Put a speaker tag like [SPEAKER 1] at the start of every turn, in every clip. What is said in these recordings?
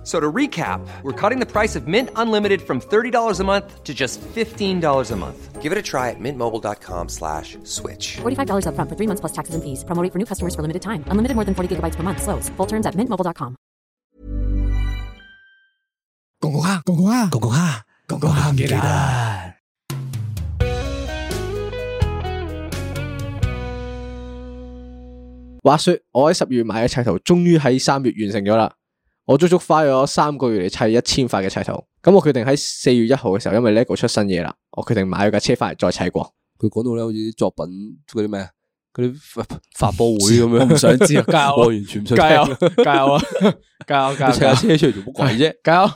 [SPEAKER 1] So to recap, we're cutting the price of Mint Unlimited from $30 a month to just $15 a month. Give it a try at mintmobile.com slash switch.
[SPEAKER 2] $45 upfront for three months plus taxes and fees. Promo rate for new customers for limited time. Unlimited more than 40 gigabytes per month. Slows. Full terms at mintmobile.com.
[SPEAKER 3] 공공화 공공화 공공화 공공화 합니다.
[SPEAKER 4] 話說我喺十月買嘅砌圖，終於喺三月完成咗啦。我足足花咗三個月嚟砌一千塊嘅砌圖。咁我決定喺四月一號嘅時候，因為 LEGO 出新嘢啦，我決定買咗架車翻嚟再砌過。
[SPEAKER 5] 佢講到咧，好似啲作品嗰啲咩啊，嗰啲發發布會咁樣，
[SPEAKER 4] 我唔想知啊加油啊
[SPEAKER 5] 我完全唔想
[SPEAKER 4] 加油
[SPEAKER 5] 聽！
[SPEAKER 4] 加油啊！加油！加油！
[SPEAKER 5] 你砌架車出嚟做乜鬼啫？
[SPEAKER 4] 加油！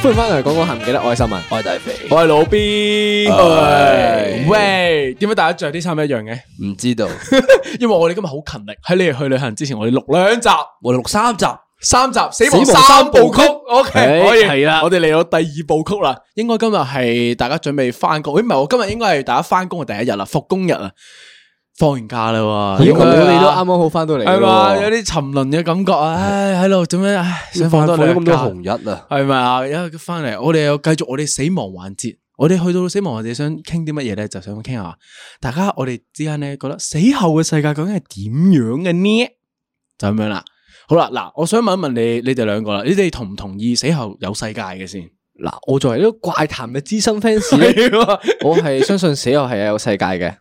[SPEAKER 4] 歡迎翻嚟，講講下唔記得我係啊秀文，
[SPEAKER 5] 我係大肥，
[SPEAKER 4] 我係老 B
[SPEAKER 5] 唉
[SPEAKER 6] 喂，點解大家着啲衫一樣嘅？
[SPEAKER 5] 唔知道，
[SPEAKER 6] 因為我哋今日好勤力，喺你哋去旅行之前，我哋錄兩集、
[SPEAKER 5] 我哋錄三集，
[SPEAKER 6] 三集《死
[SPEAKER 5] 亡
[SPEAKER 6] 亡
[SPEAKER 5] 三
[SPEAKER 6] 三
[SPEAKER 5] 部曲
[SPEAKER 6] 部曲》。
[SPEAKER 4] 哎
[SPEAKER 6] OK，可以
[SPEAKER 4] 係啦
[SPEAKER 6] 我哋嚟到第二部曲啦。應該今日係大家準備翻工，咦？唔係，我今日應該係大家翻工嘅第一日啦，復工日啊，放完假啦喎。
[SPEAKER 4] 咦，
[SPEAKER 6] 應該
[SPEAKER 4] 我
[SPEAKER 6] 啊
[SPEAKER 4] 哋都啱啱好翻到嚟
[SPEAKER 6] 係
[SPEAKER 4] 咯
[SPEAKER 5] 哎
[SPEAKER 6] 嘛？
[SPEAKER 4] 喎
[SPEAKER 6] 有啲沉淪嘅感覺，啊唉，喺度做咩？唉，想
[SPEAKER 5] 放
[SPEAKER 6] 放
[SPEAKER 5] 咗
[SPEAKER 6] 多兩
[SPEAKER 5] 咁多
[SPEAKER 6] 假。
[SPEAKER 5] 紅日啊！
[SPEAKER 6] 系咪啊？而家翻嚟，我哋又繼續我哋死亡環節。我哋去到死亡環節，想傾啲乜嘢咧？就想傾下大家我哋之間咧，覺得死後嘅世界究竟係點樣嘅呢？就咁樣啦。好啦，嗱，我想問一問你，你哋兩個啦，你哋同唔同意死後有世界嘅先？
[SPEAKER 4] 嗱，我作為呢個怪談嘅資深 fans 咧，
[SPEAKER 5] 啊
[SPEAKER 4] 我係相信死後係有世界嘅，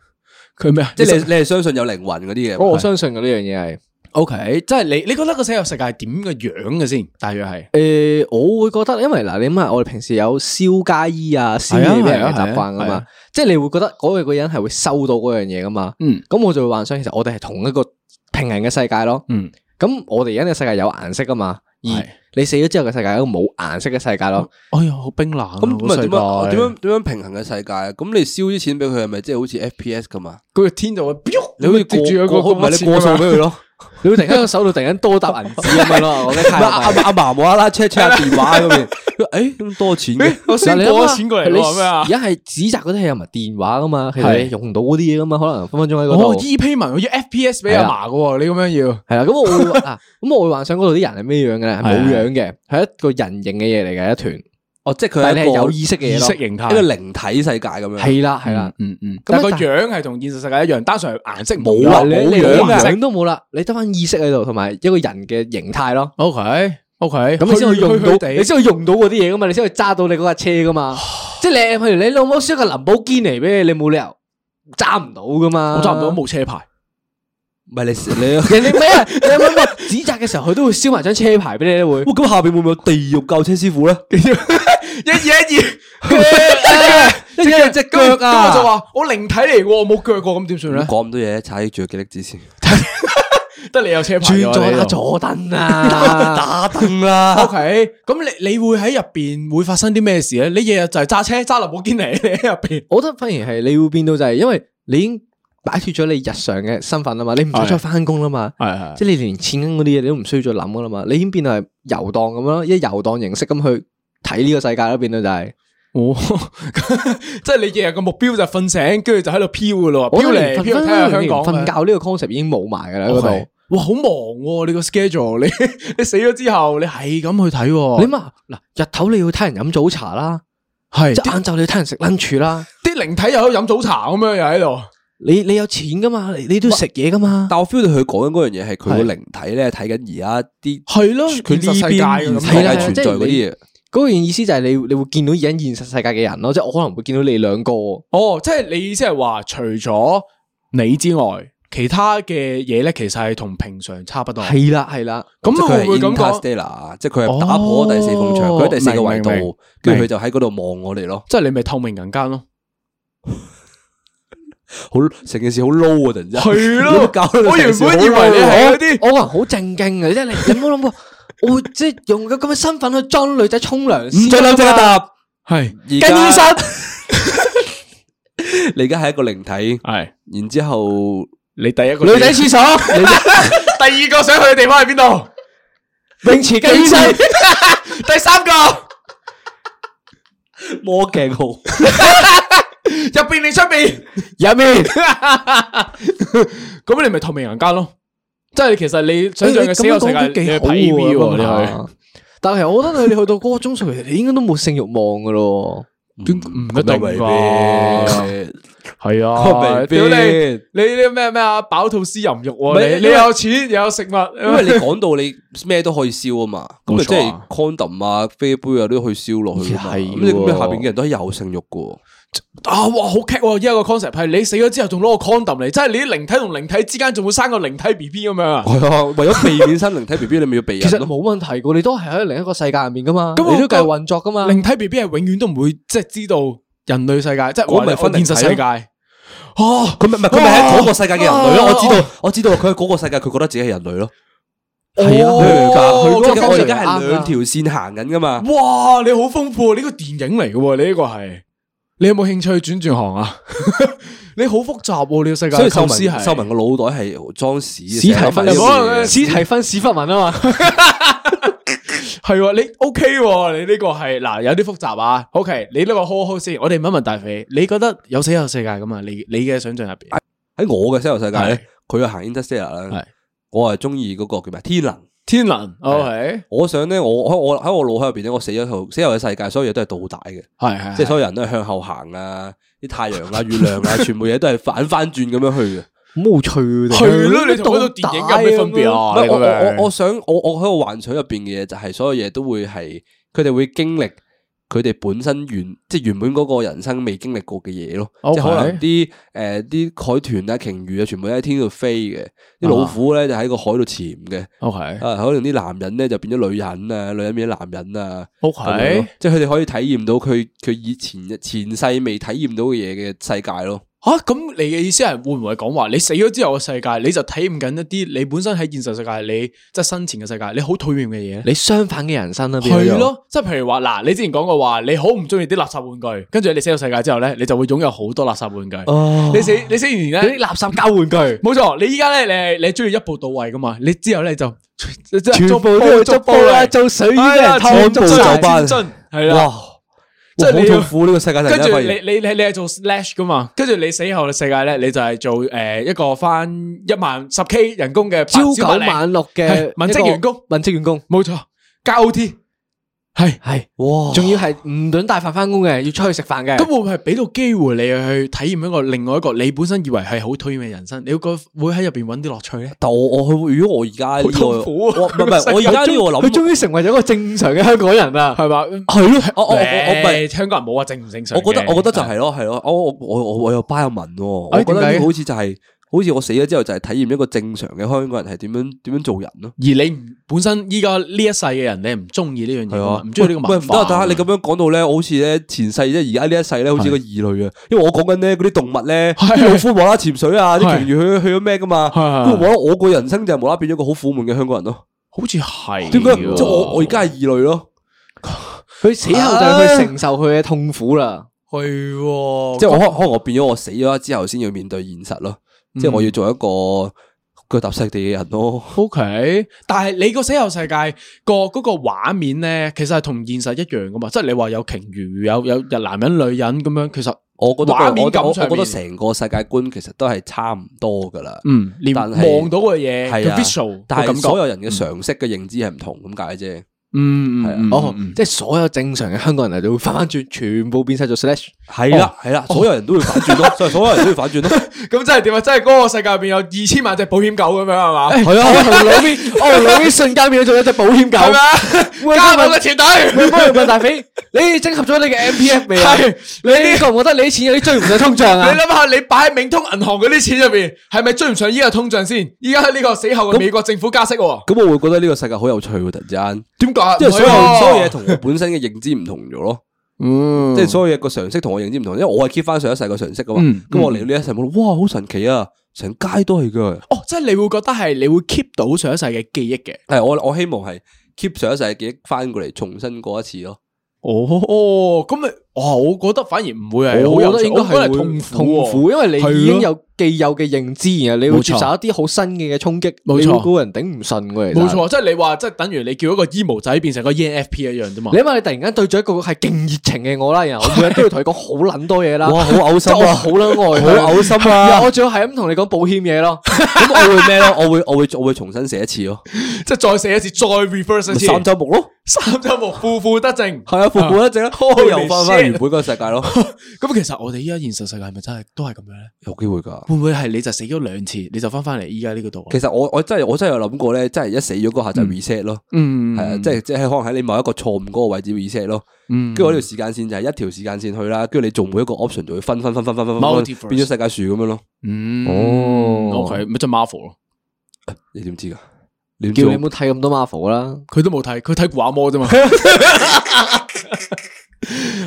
[SPEAKER 6] 佢咩啊？
[SPEAKER 5] 即係你你係相信有靈魂嗰啲嘢？
[SPEAKER 4] 我我相信嘅呢樣嘢係。
[SPEAKER 6] O K，即係你，你覺得個死後世界係點嘅樣嘅先？大約係
[SPEAKER 5] 嗯
[SPEAKER 4] 诶、我會覺得，因為嗱，你諗下，我哋平時有燒街衣啊、燒嘢俾人嘅習慣噶
[SPEAKER 6] 係啊係啊係
[SPEAKER 4] 嘛
[SPEAKER 6] 啊，
[SPEAKER 4] 即係你會覺得嗰個人係會收到嗰樣嘢噶嘛，
[SPEAKER 6] 嗯
[SPEAKER 4] 咁我就會幻想，其實我哋係同一個平行嘅世界咯，
[SPEAKER 6] 嗯，
[SPEAKER 4] 咁我哋而家嘅世界有顏色噶嘛，而
[SPEAKER 6] 係
[SPEAKER 4] 你死咗之後嘅世界係一個冇顏色嘅世界咯，
[SPEAKER 6] 哎呀，好冰冷啊！
[SPEAKER 5] 咁唔
[SPEAKER 6] 個
[SPEAKER 5] 係
[SPEAKER 6] 世
[SPEAKER 5] 點樣
[SPEAKER 6] 界
[SPEAKER 5] 點樣點樣平衡嘅世界啊？咁你燒啲錢俾佢係咪即係好似 FPS 咁啊？
[SPEAKER 6] 佢個天就會，
[SPEAKER 5] 你好似過
[SPEAKER 6] 接住
[SPEAKER 5] 過
[SPEAKER 6] 嗰個
[SPEAKER 5] 唔係你
[SPEAKER 6] 錢
[SPEAKER 5] 過
[SPEAKER 6] 咁
[SPEAKER 5] 數
[SPEAKER 6] 樣
[SPEAKER 5] 俾佢咯。
[SPEAKER 4] 你會突然間個手度突然間多沓銀紙咁樣咯，我覺得太
[SPEAKER 5] 阿阿阿嫲無啦啦 check check 下電話嗰邊，誒咁多錢嘅，
[SPEAKER 6] 我先
[SPEAKER 4] 嗱你
[SPEAKER 6] 過
[SPEAKER 4] 諗下
[SPEAKER 6] 咗錢過嚟
[SPEAKER 4] 你
[SPEAKER 6] 喎，咩啊
[SPEAKER 4] 而？家係指責嗰啲係有埋電話噶嘛，其實
[SPEAKER 6] 係
[SPEAKER 4] 你用唔到嗰啲嘢噶嘛，可能分分鐘喺嗰
[SPEAKER 5] 啊
[SPEAKER 6] 哦
[SPEAKER 4] 度。
[SPEAKER 6] ，E payment 我要 FPS 俾阿嫲嘅喎，你咁樣要。
[SPEAKER 4] 係啦，咁我會 啊，咁我會幻想嗰度啲人係咩樣嘅咧？係冇樣嘅，係一個人形嘅嘢嚟嘅一團，
[SPEAKER 5] 哦，即係佢
[SPEAKER 4] 但係
[SPEAKER 5] 係
[SPEAKER 4] 你
[SPEAKER 5] 一
[SPEAKER 4] 係有
[SPEAKER 5] 個
[SPEAKER 4] 意識嘅
[SPEAKER 6] 意
[SPEAKER 4] 嘢
[SPEAKER 6] 識
[SPEAKER 4] 咯。
[SPEAKER 6] 形態
[SPEAKER 5] 一個靈體世界咁樣。
[SPEAKER 4] 係啦，係啦，
[SPEAKER 6] 嗯嗯，
[SPEAKER 4] 啊但
[SPEAKER 6] 但
[SPEAKER 4] 係
[SPEAKER 6] 個
[SPEAKER 4] 但
[SPEAKER 6] 樣係同現實世界一樣，單純係顏色
[SPEAKER 5] 冇啊
[SPEAKER 4] 你
[SPEAKER 5] 冇
[SPEAKER 4] 你
[SPEAKER 5] 樣
[SPEAKER 4] 連
[SPEAKER 5] 嘅
[SPEAKER 4] 樣都冇啦，你得翻意識喺度，同埋一個人嘅形態咯。
[SPEAKER 6] O K O K，
[SPEAKER 4] 咁
[SPEAKER 6] 咁
[SPEAKER 4] 你先可以用到，你
[SPEAKER 6] 你
[SPEAKER 4] 先可以用到嗰啲嘢噶嘛，你先可以揸到你嗰架車噶
[SPEAKER 6] 啊
[SPEAKER 4] 嘛。即係你，譬如你老母燒個林寶堅尼俾你，你冇理由揸唔到噶嘛。
[SPEAKER 6] 我揸唔到冇車牌，
[SPEAKER 5] 唔係你 你。
[SPEAKER 4] 人哋咩啊？你有冇乜指責嘅時候，佢都會燒埋張車牌俾你咧，會。
[SPEAKER 5] 哇！咁下边會唔會有地獄救車師傅咧？
[SPEAKER 6] 一嘢一嘢，
[SPEAKER 4] 一隻隻腳
[SPEAKER 6] 咁我就
[SPEAKER 4] 啊！
[SPEAKER 6] 話我靈體嚟喎，我冇腳過，咁點算
[SPEAKER 5] 唔
[SPEAKER 6] 咧？
[SPEAKER 5] 講咁多嘢，踩住記力之前
[SPEAKER 6] 得你有車牌
[SPEAKER 4] 嗯轉
[SPEAKER 6] 㗎
[SPEAKER 4] 咗啦，
[SPEAKER 6] 喎。
[SPEAKER 4] 佐登啊！
[SPEAKER 5] 打凳
[SPEAKER 6] O
[SPEAKER 5] 啦，
[SPEAKER 6] K，咁你你會喺入邊會發生啲咩事咧？你日日就係揸車揸林寶堅尼 你喺入邊，
[SPEAKER 4] 我覺得反而係你會變到就係，因為你已經擺脱咗你日常嘅身份啦嘛，你唔使再翻工啦嘛，
[SPEAKER 6] 係係
[SPEAKER 4] 即係你連錢嗰啲嘢你都唔需要再諗噶啦嘛，你已經變到係遊蕩咁樣咯，一遊蕩形式咁去睇呢個世界咯，變到就係。
[SPEAKER 6] 哦， 即係你日日個目標就係瞓醒，跟住就喺度飄嘅咯，
[SPEAKER 4] 我
[SPEAKER 6] 飄
[SPEAKER 4] 覺得
[SPEAKER 6] 嚟
[SPEAKER 4] 連
[SPEAKER 6] 飄去睇下香港啊哦
[SPEAKER 4] 瞓覺呢個 concept 已經冇埋噶啦嗰度。
[SPEAKER 6] 哇，好忙喎、你個 schedule，你 你死咗之後，你係咁去睇喎、
[SPEAKER 4] 你嘛嗱，日頭你要睇人飲早茶啦，
[SPEAKER 6] 係
[SPEAKER 4] 即係
[SPEAKER 6] 啲
[SPEAKER 4] 晏晝你要睇人食 lunch 啦。
[SPEAKER 6] 啲靈體又喺度飲早茶咁樣，又喺度。
[SPEAKER 4] 你你有錢噶嘛？你你都要食嘢噶嘛？
[SPEAKER 5] 但我 feel 到佢講緊嗰樣嘢係佢個靈體咧睇緊而家啲
[SPEAKER 6] 係咯
[SPEAKER 5] 佢呢邊現
[SPEAKER 6] 哦現實世界咁
[SPEAKER 5] 世界
[SPEAKER 4] 係啦
[SPEAKER 5] 存在嗰啲嘢。
[SPEAKER 4] 嗰件意思就係你你會見到而家現實世界嘅人咯，即係我可能會見到你兩個。
[SPEAKER 6] 哦，即係你意思係話，除咗你之外，其他嘅嘢咧，其實係同平常差不多。
[SPEAKER 4] 係啦係啦，
[SPEAKER 6] 咁
[SPEAKER 5] 即係
[SPEAKER 6] 會
[SPEAKER 5] 佢
[SPEAKER 6] 唔會
[SPEAKER 5] 係
[SPEAKER 6] 咁講？
[SPEAKER 5] Interstellar，即係佢係打破咗第四埲牆，
[SPEAKER 6] 哦
[SPEAKER 5] 佢喺第四個維
[SPEAKER 6] 明明明
[SPEAKER 5] 度，跟住佢就喺嗰度望我哋咯。
[SPEAKER 6] 即係你咪透明人間咯。
[SPEAKER 5] 好，成件事好 low 啊！突然之
[SPEAKER 6] 係咯
[SPEAKER 5] 間 你有冇搞到
[SPEAKER 6] 我原本以為你係
[SPEAKER 5] 啊
[SPEAKER 6] 嗰啲
[SPEAKER 4] 我我個人好正經嘅，即係你你冇諗過，我會即係用個咁嘅身份去裝女仔沖涼
[SPEAKER 5] 唔再
[SPEAKER 4] 先
[SPEAKER 5] 諗即刻
[SPEAKER 4] 啊嘛。
[SPEAKER 5] 答。
[SPEAKER 6] 係
[SPEAKER 5] 而
[SPEAKER 4] 跟醫
[SPEAKER 5] 家
[SPEAKER 4] 生
[SPEAKER 5] 你而家係一個靈體，
[SPEAKER 6] 係
[SPEAKER 5] 然之後
[SPEAKER 6] 你第一个
[SPEAKER 4] 女仔厕所、
[SPEAKER 6] 第二个想去嘅地方系边度？
[SPEAKER 4] 泳池機制、
[SPEAKER 6] 第三个
[SPEAKER 5] 魔镜号，
[SPEAKER 6] 入边定出边？
[SPEAKER 4] 入面，
[SPEAKER 6] 咁你咪透明人間咯。即係其實你想象嘅死後世
[SPEAKER 4] 誒你咁樣講
[SPEAKER 6] 界，
[SPEAKER 4] 都
[SPEAKER 6] 你
[SPEAKER 4] 幾好
[SPEAKER 6] 去睇 A V 喎，你去
[SPEAKER 4] 喎。但係我覺得你哋去到嗰個鐘數，其實你應該都冇性欲望噶咯。
[SPEAKER 5] 嗯
[SPEAKER 6] 唔一定
[SPEAKER 5] 未
[SPEAKER 6] 啩？
[SPEAKER 5] 必，
[SPEAKER 6] 係 啊，
[SPEAKER 5] 我未必
[SPEAKER 6] 屌你！你啲咩咩啊？飽肚思淫欲
[SPEAKER 5] 係
[SPEAKER 6] 喎，
[SPEAKER 5] 因
[SPEAKER 6] 你
[SPEAKER 5] 為
[SPEAKER 6] 你有錢又有食物，
[SPEAKER 5] 因為你講到你咩都可以燒啊嘛，咁咪
[SPEAKER 6] 冇
[SPEAKER 5] 即
[SPEAKER 6] 錯
[SPEAKER 5] 係
[SPEAKER 6] 啊
[SPEAKER 5] condom 啊、啤杯啊都可以燒落去啊嘛，
[SPEAKER 4] 好似係
[SPEAKER 5] 咁你咁
[SPEAKER 4] 喎
[SPEAKER 5] 你下边嘅人都係有性欲噶，
[SPEAKER 6] 啊哇好棘喎！依家個 concept 係你死咗之後仲攞個 condom 嚟，即係你啲靈體同靈體之間仲會生個靈體 B B 咁樣啊！
[SPEAKER 5] 係啊，為咗避免生靈體 B B，你咪要避
[SPEAKER 4] 其實
[SPEAKER 5] 孕咯。
[SPEAKER 4] 冇問題噶，你都係喺另一個世界入面噶嘛，
[SPEAKER 6] 咁我
[SPEAKER 4] 你都繼續運作噶嘛。
[SPEAKER 6] 靈體 B B 係永遠都唔會即係知道人類世界，即係
[SPEAKER 5] 我
[SPEAKER 6] 我
[SPEAKER 5] 咪
[SPEAKER 6] 咪
[SPEAKER 5] 分
[SPEAKER 6] 分
[SPEAKER 5] 靈
[SPEAKER 6] 現
[SPEAKER 5] 體咯
[SPEAKER 6] 實世界。哦，
[SPEAKER 5] 佢咪唔係佢咪喺嗰個世界嘅人類咯？
[SPEAKER 6] 啊
[SPEAKER 5] 我知道，我知道佢喺嗰個世界，佢覺得自己係人類咯。
[SPEAKER 4] 係啊，
[SPEAKER 5] 佢
[SPEAKER 4] 佢
[SPEAKER 5] 嗰
[SPEAKER 4] 嗰個
[SPEAKER 5] 個我啊
[SPEAKER 4] 方
[SPEAKER 5] 而
[SPEAKER 4] 向
[SPEAKER 5] 家係
[SPEAKER 4] 啱
[SPEAKER 5] 兩
[SPEAKER 4] 啊
[SPEAKER 5] 條線行緊噶嘛。
[SPEAKER 6] 哇，你好豐富，呢個電影嚟嘅喎，你呢個係，你有冇興趣轉轉行啊？ 你好複雜喎，呢個世界
[SPEAKER 5] 所以秀
[SPEAKER 6] 構思
[SPEAKER 5] 文
[SPEAKER 6] 係
[SPEAKER 5] 秀文個腦袋係裝屎嘅，
[SPEAKER 4] 史提
[SPEAKER 5] 成日諗
[SPEAKER 4] 芬
[SPEAKER 5] 埋呢啲
[SPEAKER 6] 有冇
[SPEAKER 5] 嘢
[SPEAKER 4] 史提芬史弗文啊嘛，
[SPEAKER 6] 係喎，你 OK 喎，你呢個係嗱有啲複雜啊。OK，你呢個好好先，我哋問一問大肥，你覺得有死有世界咁啊？你你嘅想象入邊
[SPEAKER 5] 喺我嘅西遊世界
[SPEAKER 6] 係
[SPEAKER 5] 咧，佢係行 Interstellar 啦
[SPEAKER 6] 係，
[SPEAKER 5] 我係中意嗰個叫咩天能。
[SPEAKER 6] 天能 OK
[SPEAKER 5] 我想咧，我我喺我喺我腦海入邊咧，我死咗後，死後嘅世界，所有嘢都係倒帶嘅，
[SPEAKER 6] 係係
[SPEAKER 5] 即係所有人都係向後行啊，啲太陽 啊、月亮啊，全部嘢都係反翻轉咁樣去嘅。
[SPEAKER 4] 好冇趣喎
[SPEAKER 6] 係咯，你同嗰套電影有咩分別
[SPEAKER 5] 唔
[SPEAKER 6] 啊？
[SPEAKER 5] 係
[SPEAKER 6] 你
[SPEAKER 5] 我
[SPEAKER 6] 咁樣
[SPEAKER 5] 我我我想我我喺度幻想入邊嘅嘢就係所有嘢都會係佢哋會經歷佢哋本身原即係原本嗰個人生未經歷過嘅嘢咯，即
[SPEAKER 6] OK
[SPEAKER 5] 係可能啲誒啲海豚啊、鯨魚啊，全部都喺天度飛嘅，啲老虎咧就喺個海度潛嘅，
[SPEAKER 6] OK
[SPEAKER 5] 啊可能啲男人咧就變咗女人啊，女人變咗男人啊，咁樣
[SPEAKER 6] OK
[SPEAKER 5] 咯即係佢哋可以體驗到佢佢以前前世未體驗到嘅嘢嘅世界咯。
[SPEAKER 6] 吓咁，你嘅意思係會唔會講話你死咗之後嘅世界，你就體驗緊一啲你本身喺現實世界，你即係生前嘅世界，你好討厭嘅嘢咧？
[SPEAKER 4] 你相反嘅人生啦，啊變咗
[SPEAKER 6] 係，咯，即係譬如話嗱，你之前講過話，你好唔中意啲垃圾玩具，跟住你死咗世界之後咧，你就會擁有好多垃圾玩具。你死你死完
[SPEAKER 4] 嗰啲
[SPEAKER 6] 咧，
[SPEAKER 4] 垃圾交換具，
[SPEAKER 6] 冇錯，你依家咧，你你中意一步到位噶嘛？你之後咧就 即係
[SPEAKER 4] 全部都要捉煲啦，做水魚嘅人
[SPEAKER 6] 哎全
[SPEAKER 4] 偷
[SPEAKER 6] 部
[SPEAKER 4] 步
[SPEAKER 5] 走
[SPEAKER 4] 就
[SPEAKER 5] 班
[SPEAKER 6] 係
[SPEAKER 5] 哇，
[SPEAKER 6] 啦。
[SPEAKER 5] 好
[SPEAKER 6] 啊即係你要
[SPEAKER 5] 痛苦呢個世界突然
[SPEAKER 6] 跟
[SPEAKER 5] 間
[SPEAKER 6] 住
[SPEAKER 5] 發
[SPEAKER 6] 你
[SPEAKER 5] 現，
[SPEAKER 6] 你你你係做 slash 噶嘛？跟住你死後嘅世界咧，你就係做誒一個翻一萬十 K 人工嘅
[SPEAKER 4] 朝
[SPEAKER 6] 白
[SPEAKER 4] 九
[SPEAKER 6] 領
[SPEAKER 4] 晚六
[SPEAKER 6] 係
[SPEAKER 4] 嘅
[SPEAKER 6] 文職員工，
[SPEAKER 4] 文職員工
[SPEAKER 6] 冇錯，加 O T 係。
[SPEAKER 4] 係，
[SPEAKER 5] 哇！
[SPEAKER 4] 仲要係唔准帶飯翻工嘅，要出去食飯嘅
[SPEAKER 6] 咁。會唔會係俾到機會你去體驗一個另外一個你本身以為係好推嘅人生？你會覺會喺入邊揾啲樂趣咧？
[SPEAKER 5] 但我我去，如果我而家呢個，
[SPEAKER 6] 痛苦
[SPEAKER 5] 我
[SPEAKER 6] 啊
[SPEAKER 5] 唔係唔係，我而家呢個
[SPEAKER 4] 佢
[SPEAKER 5] 諗，
[SPEAKER 4] 終於成為咗一個正常嘅香港人啊啦，係嘛？
[SPEAKER 6] 係咯，我
[SPEAKER 5] 哦我我我唔係
[SPEAKER 6] 香港人冇話正唔正常嘅。
[SPEAKER 5] 我覺得我覺得就係咯，係咯，我我我我我有巴有文喎，我
[SPEAKER 6] 哎
[SPEAKER 5] 覺得
[SPEAKER 6] 點
[SPEAKER 5] 呢
[SPEAKER 6] 解
[SPEAKER 5] 個好似就係，好似我死咗之後就係體驗一個正常嘅香港人係點樣點樣做人咯。
[SPEAKER 6] 而你唔本身依家呢一世嘅人，你唔中意呢樣嘢啊嘛，唔中意呢個文
[SPEAKER 5] 喂唔得
[SPEAKER 6] 化
[SPEAKER 5] 啊，
[SPEAKER 6] 啊。
[SPEAKER 5] 但係你咁樣講到咧，我好似咧前世即係而家呢一世咧，好似個異類啊。因為我講緊咧嗰啲動物咧，
[SPEAKER 6] 係
[SPEAKER 5] 啲老虎無啦啦潛水啊，啲鯨
[SPEAKER 6] 係
[SPEAKER 5] 魚去去咗咩噶嘛，
[SPEAKER 6] 係係
[SPEAKER 5] 咁無啦啦我個人生就係無啦啦變咗個好苦悶嘅香港人咯。
[SPEAKER 6] 好似係
[SPEAKER 5] 點解
[SPEAKER 6] 喎
[SPEAKER 5] 即係我我而家係異類咯？
[SPEAKER 4] 佢死後就係去承受佢嘅痛苦啦。
[SPEAKER 6] 係喎，
[SPEAKER 5] 即系我可可能我变咗我死咗之后先要面对现实咯，
[SPEAKER 6] 嗯
[SPEAKER 5] 即系我要做一个脚踏实地嘅人咯。
[SPEAKER 6] O K，但係你個死後世界個嗰個畫面咧，其實係同現實一樣噶嘛，即係你話有鯨魚，有有有男人、女人咁樣，其實
[SPEAKER 5] 我觉得
[SPEAKER 6] 畫面
[SPEAKER 5] 我我
[SPEAKER 6] 感
[SPEAKER 5] 我
[SPEAKER 6] 上
[SPEAKER 5] 觉
[SPEAKER 6] 面
[SPEAKER 5] 得成个世界观其实都系差唔多噶啦。
[SPEAKER 6] 嗯，連
[SPEAKER 5] 但係
[SPEAKER 6] 望到嘅嘢
[SPEAKER 5] 係
[SPEAKER 6] 嘅
[SPEAKER 5] 啊
[SPEAKER 6] visual 個
[SPEAKER 5] 但
[SPEAKER 6] 感
[SPEAKER 5] 系
[SPEAKER 6] 覺
[SPEAKER 5] 所有人嘅常識嘅認知係唔同咁解啫，
[SPEAKER 6] 嗯
[SPEAKER 5] 係啊
[SPEAKER 6] 嗯嗯
[SPEAKER 4] 哦
[SPEAKER 6] 嗯，嗯
[SPEAKER 4] 即係所有正常嘅香港人嚟，就會翻翻轉，全部變晒做 slash。
[SPEAKER 5] 係啦係啦，所有人都會反轉咯，所以所有人都要反轉咯，
[SPEAKER 6] 咁即係點啊？即係嗰個世界入邊有二千萬隻保險狗咁樣係嘛？
[SPEAKER 4] 係啊，我同老邊，我同老邊瞬間變咗做一隻保險
[SPEAKER 6] 係
[SPEAKER 4] 狗
[SPEAKER 6] 咪。
[SPEAKER 4] 喂
[SPEAKER 6] 啊？加我嘅團隊，
[SPEAKER 4] 喂，幫人問大肥，你整合咗你嘅 M P F 未啊？
[SPEAKER 6] 係
[SPEAKER 4] 你覺唔覺得你啲錢有啲追唔上通脹
[SPEAKER 6] 你
[SPEAKER 4] 啊？
[SPEAKER 6] 諗下，你擺喺冥通銀行嗰啲錢入邊，係咪追唔上依個通脹先？依家呢個死後嘅美國政府加息喎，
[SPEAKER 5] 咁我會覺得呢個世界好有趣喎，突然間，
[SPEAKER 6] 點解？哦
[SPEAKER 5] 即係所有
[SPEAKER 6] 唔係喎
[SPEAKER 5] 所有嘢同我本身嘅認知唔同咗咯，
[SPEAKER 6] 嗯
[SPEAKER 5] 即係所有嘢個常識同我認知唔同，因為我係 keep 翻上一世個常識噶嘛
[SPEAKER 6] 嗯，
[SPEAKER 5] 咁我嚟到呢一世冇，哇好神奇啊，成街都係噶。
[SPEAKER 6] 哦，即係你會覺得係你會 keep 到上一世嘅記憶嘅。
[SPEAKER 5] 系我我希望系 keep 上一世嘅記憶翻過嚟重新過一次咯。
[SPEAKER 6] 哦，咁咪哦，我覺得反而唔會係好
[SPEAKER 4] 我
[SPEAKER 6] 有
[SPEAKER 4] 覺
[SPEAKER 6] 趣，
[SPEAKER 4] 得應該
[SPEAKER 6] 我覺得
[SPEAKER 4] 係
[SPEAKER 6] 係
[SPEAKER 4] 會
[SPEAKER 6] 痛苦
[SPEAKER 4] 痛
[SPEAKER 6] 喎，
[SPEAKER 4] 苦，因為你已
[SPEAKER 6] 係
[SPEAKER 4] 經
[SPEAKER 6] 咯
[SPEAKER 4] 有既有嘅認知，然後你會
[SPEAKER 6] 冇錯
[SPEAKER 4] 接受一啲好新嘅嘅衝擊，
[SPEAKER 6] 冇錯
[SPEAKER 4] 你會估人頂唔順嘅。其實
[SPEAKER 6] 冇，錯，即係你話即係等於你叫一個 emo 仔變成個 E ENFP 一樣啫嘛
[SPEAKER 4] 你。諗下，你突然間對咗一個係勁熱情嘅我啦，然後我每日都要同佢講好撚多嘢啦，
[SPEAKER 3] 哇好嘔心啊
[SPEAKER 4] 即係我好撚愛佢，
[SPEAKER 3] 好嘔心啊
[SPEAKER 4] 然後我仲要係咁同你講保險嘢咯，
[SPEAKER 5] 咁我會咩咯？我會我會我會重新寫一次咯，
[SPEAKER 6] 即係再寫一次，再 reverse 一次，
[SPEAKER 5] 三周目咯，
[SPEAKER 6] 三周目負負得正。
[SPEAKER 5] 係啊，復活一隻咯，又翻翻原本嗰個世界咯，
[SPEAKER 6] 咁其實我哋依家現實世界係咪真係都係咁樣咧？
[SPEAKER 5] 有機會㗎。
[SPEAKER 6] 會唔會係你就死咗兩次，你就翻翻嚟依家呢個度啊？
[SPEAKER 5] 其實我我真係我真係有諗過咧，真係一死咗嗰下就 reset 咯，
[SPEAKER 6] 嗯嗯
[SPEAKER 5] 係啊，即係即係可能喺你某一個錯誤嗰個位置 reset 咯，跟住嗰條時間線就係一條時間線去啦，跟住你做每一個 option 就會分分分分分分分，
[SPEAKER 6] Multiverse
[SPEAKER 5] 變咗世界樹咁樣咯，
[SPEAKER 6] 嗯
[SPEAKER 1] 哦
[SPEAKER 6] ，OK，咪即係 Marvel 咯。
[SPEAKER 5] 你點知㗎？你點知
[SPEAKER 4] 叫
[SPEAKER 5] 我
[SPEAKER 4] 你冇睇咁多 Marvel 啦。
[SPEAKER 6] 佢都冇睇，佢睇《古惑魔》啫嘛。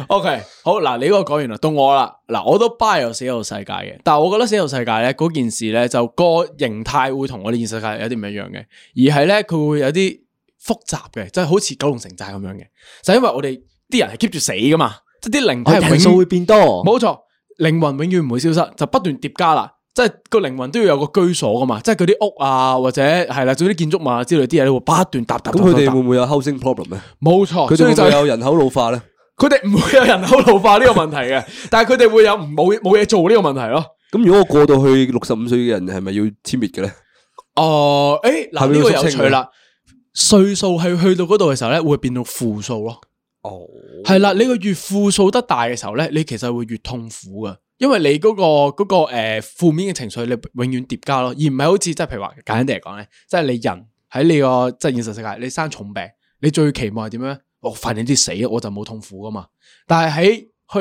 [SPEAKER 6] OK，好嗱，你嗰個講完啦，到我啦。嗱，我都 buy 有死有世界嘅，但係我覺得死有世界咧嗰件事咧，就個形態會同我哋現實世界有啲唔一樣嘅，而係咧佢會有啲複雜嘅，即係好似九龍城寨咁樣嘅，就因為我哋啲人係 keep 住死噶嘛，即係啲靈
[SPEAKER 5] 哦
[SPEAKER 6] 體係
[SPEAKER 4] 人
[SPEAKER 6] 永
[SPEAKER 4] 數會變多，
[SPEAKER 6] 冇錯，靈魂永遠唔會消失，就不斷疊加啦。即係個靈魂都要有個居所噶嘛，即係嗰啲屋啊，或者係啦，總之建築物啊之類啲嘢，你會不斷搭搭。
[SPEAKER 5] 咁
[SPEAKER 6] 搭
[SPEAKER 5] 佢哋
[SPEAKER 6] 搭
[SPEAKER 5] 會唔會有 housing problem 咧？
[SPEAKER 6] 冇錯，
[SPEAKER 5] 佢
[SPEAKER 6] 哦所以
[SPEAKER 5] 哋
[SPEAKER 6] 就
[SPEAKER 5] 會唔會有人口老化咧？
[SPEAKER 6] 佢哋唔會有人口老化呢個問題嘅，但係佢哋會有唔冇冇嘢做呢個問題咯。
[SPEAKER 5] 咁如果我過到去六十五歲嘅人，係咪要殲滅嘅咧？
[SPEAKER 6] 哦，誒，嗱
[SPEAKER 5] 係咪
[SPEAKER 6] 呢
[SPEAKER 5] 要
[SPEAKER 6] 個
[SPEAKER 5] 肅
[SPEAKER 6] 有
[SPEAKER 5] 清
[SPEAKER 6] 趣啦，歲數係去到嗰度嘅時候咧，會變到負數咯。
[SPEAKER 5] 哦，
[SPEAKER 6] 係啦，你個越負數得大嘅時候咧，你其實會越痛苦噶，因為你嗰、個嗰、個誒負、面嘅情緒，你永遠疊加咯，而唔係好似即係譬如話簡單啲嚟講咧，即係你人喺你個即係現實世界，你生重病，你最期望係點樣？我快點啲死，我就冇痛苦噶嘛。但係喺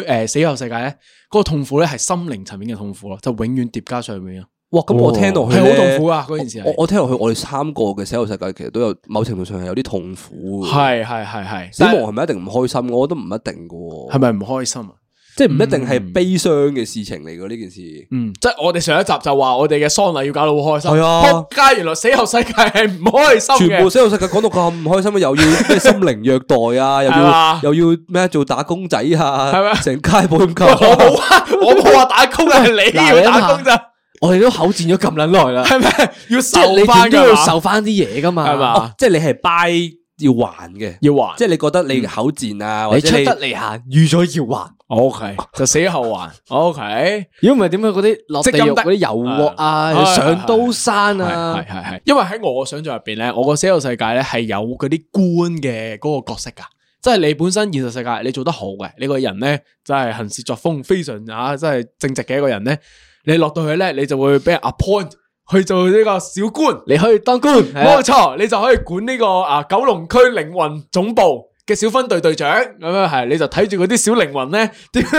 [SPEAKER 6] 去誒死後世界咧，嗰、個痛苦咧係心靈層面嘅痛苦咯，就永遠疊加上面咯，
[SPEAKER 5] 哇！咁我聽落去
[SPEAKER 6] 係好
[SPEAKER 5] 咧
[SPEAKER 6] 痛苦啊！嗰件事
[SPEAKER 5] 我
[SPEAKER 6] 係
[SPEAKER 5] 我聽落去，我哋三個嘅死後世界其實都有某程度上係有啲痛苦嘅。
[SPEAKER 6] 係係係係，
[SPEAKER 5] 嗯死
[SPEAKER 6] 但
[SPEAKER 5] 亡
[SPEAKER 6] 係
[SPEAKER 5] 係咪一定唔開心？我覺得唔一定嘅
[SPEAKER 6] 係
[SPEAKER 5] 喎，
[SPEAKER 6] 咪唔嗯開心啊？
[SPEAKER 5] 即係唔一定係悲傷嘅事情嚟嘅呢件事。
[SPEAKER 6] 嗯，即系我哋上一集就话我哋嘅丧礼要搞到好开心，
[SPEAKER 5] 係啊
[SPEAKER 6] 仆街原来死后世界系唔开心嘅，
[SPEAKER 5] 全部死後世界講到咁唔開心，又要咩心靈虐待啊，又
[SPEAKER 6] 係嘛
[SPEAKER 5] 要又要咩做打工仔
[SPEAKER 6] 係咪
[SPEAKER 5] 啊，成街
[SPEAKER 6] 喂
[SPEAKER 5] 保險
[SPEAKER 6] 我
[SPEAKER 5] 金。
[SPEAKER 6] 冇啊，我冇话打工啊，系你
[SPEAKER 4] 嗱
[SPEAKER 6] 要
[SPEAKER 4] 你諗下
[SPEAKER 6] 打工咋，
[SPEAKER 4] 我哋都口戰咗咁撚耐啦，
[SPEAKER 6] 系咪要
[SPEAKER 4] 即係
[SPEAKER 6] 受
[SPEAKER 4] 你
[SPEAKER 6] 翻
[SPEAKER 4] 點都
[SPEAKER 6] 噶
[SPEAKER 4] 要受翻啲嘢噶嘛，
[SPEAKER 6] 係嘛
[SPEAKER 5] 哦即係你係 buy 要還嘅，
[SPEAKER 6] 要還嗯
[SPEAKER 5] 即係你覺得你口賤啊，或
[SPEAKER 4] 你
[SPEAKER 5] 者
[SPEAKER 4] 出得嚟行，預咗要還。
[SPEAKER 6] ？O K，就死後還，O K，
[SPEAKER 4] 如果唔係點解嗰啲落地獄嗰啲油鑊啊、
[SPEAKER 6] 係
[SPEAKER 4] 上刀山
[SPEAKER 6] 係
[SPEAKER 4] 啊，
[SPEAKER 6] 係係，因為喺我想象入边咧，我個死後世界咧係有嗰啲官嘅嗰個角色噶。即係你本身現實世界你做得好嘅，你個人咧真係行事作風非常啊，真係正直嘅一個人咧，你落到去咧你就會俾人 appoint 去做呢個小官，
[SPEAKER 4] 你可以當官，
[SPEAKER 5] 啊
[SPEAKER 6] 冇錯，你就可以管呢、個啊九龍區靈魂總部。嘅小分隊隊長咁樣係，你就睇住嗰啲小靈魂咧，點咧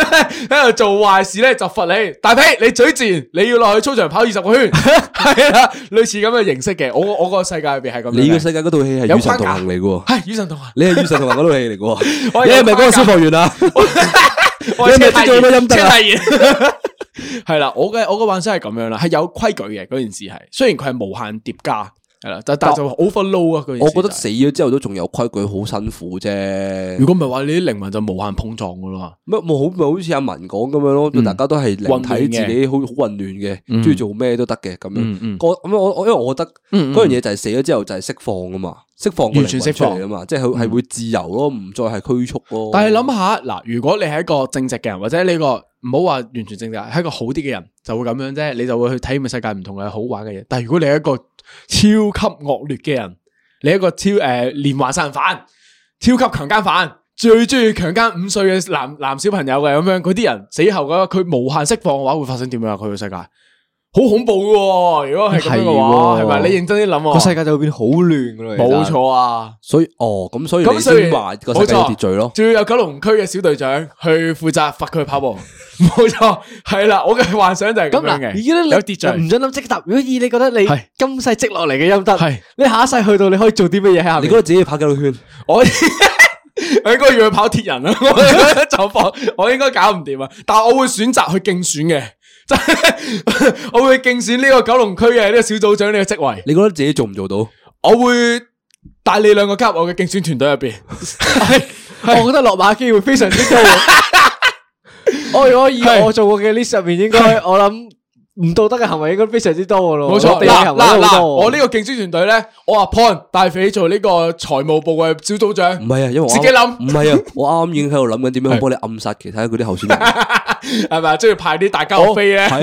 [SPEAKER 6] 喺度做壞事咧，就罰你大髀，你嘴賤，你要落去操場跑二十個圈， 係啦，類似咁嘅形式嘅。我我個世界入邊係咁樣嘅，
[SPEAKER 5] 你嘅世界嗰套戲係
[SPEAKER 6] 有
[SPEAKER 5] 與神
[SPEAKER 6] 框
[SPEAKER 5] 同
[SPEAKER 6] 架
[SPEAKER 5] 行嚟嘅喎。
[SPEAKER 6] 係與神同行，
[SPEAKER 5] 你係與神同行嗰套戲嚟嘅喎，
[SPEAKER 6] 我
[SPEAKER 5] 你
[SPEAKER 6] 有
[SPEAKER 5] 係咪嗰
[SPEAKER 6] 框
[SPEAKER 5] 個消
[SPEAKER 6] 架
[SPEAKER 5] 防員啊？
[SPEAKER 6] 我係
[SPEAKER 5] 你係咪
[SPEAKER 6] 車太
[SPEAKER 5] 識咗好多
[SPEAKER 6] 賢
[SPEAKER 5] 陰德啊
[SPEAKER 6] 車太 賢係啦，我嘅我嘅幻想係咁樣啦，係有規矩嘅嗰件事係，雖然佢係無限疊加，係啦，但但就 overload 啊嗰件事
[SPEAKER 5] 我覺
[SPEAKER 6] 就
[SPEAKER 5] 得
[SPEAKER 6] 係
[SPEAKER 5] 死咗之後都仲有規矩，好辛苦啫
[SPEAKER 6] 如。果唔係話，你啲靈魂就無限碰撞噶
[SPEAKER 4] 哦
[SPEAKER 6] 啦。
[SPEAKER 5] 乜冇好咪好似阿文講咁樣咯，大家都係靈體
[SPEAKER 6] 嗯混亂嘅
[SPEAKER 5] 自己好好混亂嘅，中意做咩都得嘅咁
[SPEAKER 6] 嗯
[SPEAKER 5] 樣。
[SPEAKER 6] 嗯
[SPEAKER 5] 個咁我我因為我覺得嗰樣嘢就係死咗之後就係釋放啊嘛，釋放個
[SPEAKER 6] 完全
[SPEAKER 5] 靈魂出
[SPEAKER 6] 釋放嗯
[SPEAKER 5] 嚟啊嘛，即係係會自由咯，唔再係拘束咯。
[SPEAKER 6] 但係諗下嗱，如果你係一個正直嘅人，或者你個唔好話完全正直，係一個好啲嘅人，就會咁樣啫。你就會去體驗世界唔同嘅好玩嘅嘢。但係如果你係一個超級惡劣嘅人，你係一個超誒、呃連環殺人犯、超級強姦犯。最中意強姦五歲嘅男男小朋友嘅咁樣，嗰啲人死後嘅話佢無限釋放嘅話，會發生點樣啊？佢個世界好恐怖嘅喎，如果係咁樣嘅話，
[SPEAKER 4] 係喎
[SPEAKER 6] 係咪？你認真啲諗喎，
[SPEAKER 4] 個世界就會變好亂噶啦。
[SPEAKER 6] 冇錯啊！
[SPEAKER 5] 所以哦，咁所以
[SPEAKER 6] 咁
[SPEAKER 5] 你
[SPEAKER 6] 所以
[SPEAKER 5] 先話個世界有
[SPEAKER 6] 冇錯
[SPEAKER 5] 秩序咯。
[SPEAKER 6] 仲要有九龍區嘅小隊長去負責罰佢 跑步，冇錯，係啦，我嘅幻想就係咁
[SPEAKER 4] 咁
[SPEAKER 6] 樣
[SPEAKER 4] 嗱，
[SPEAKER 6] 嘅，
[SPEAKER 4] 已經
[SPEAKER 6] 有秩
[SPEAKER 4] 唔
[SPEAKER 6] 序，
[SPEAKER 4] 准諗積集。如果以你覺得你
[SPEAKER 6] 係
[SPEAKER 4] 今世積落嚟嘅陰德
[SPEAKER 6] 係，
[SPEAKER 4] 你下一世去到你可以做啲乜嘢喺下
[SPEAKER 5] 你
[SPEAKER 4] 面
[SPEAKER 5] 覺？得自己跑幾多圈？
[SPEAKER 6] 我 我應該要去跑鐵人啦，啊 我嘅狀況我應該搞唔掂啊，但係我會選擇去競選嘅， 即係我會競選呢個九龍區嘅呢個小組長呢個職位，
[SPEAKER 5] 你覺得自己做唔做到？
[SPEAKER 6] 我會帶你 兩個加入我嘅競選團隊入邊，係
[SPEAKER 4] 我覺得落馬機會非常之高。我如果以我做過嘅 list 入面，應該我諗唔道德嘅行為應該非常之多嘅咯。
[SPEAKER 6] 冇錯，
[SPEAKER 4] 我哋嘅
[SPEAKER 6] 嗱
[SPEAKER 4] 行為都
[SPEAKER 6] 嗱
[SPEAKER 4] 好多
[SPEAKER 6] 嗱，
[SPEAKER 4] 喎
[SPEAKER 6] 我呢個競選團隊咧，我阿 Pon 大肥做呢個財務部嘅小組長，
[SPEAKER 5] 唔系啊，因为我
[SPEAKER 6] 自己諗
[SPEAKER 5] 唔系啊， 我啱啱已经喺度谂紧点样帮你暗杀其他嗰啲候选人。
[SPEAKER 6] 係咪啊？即係派啲大家學飛咧，
[SPEAKER 5] 啊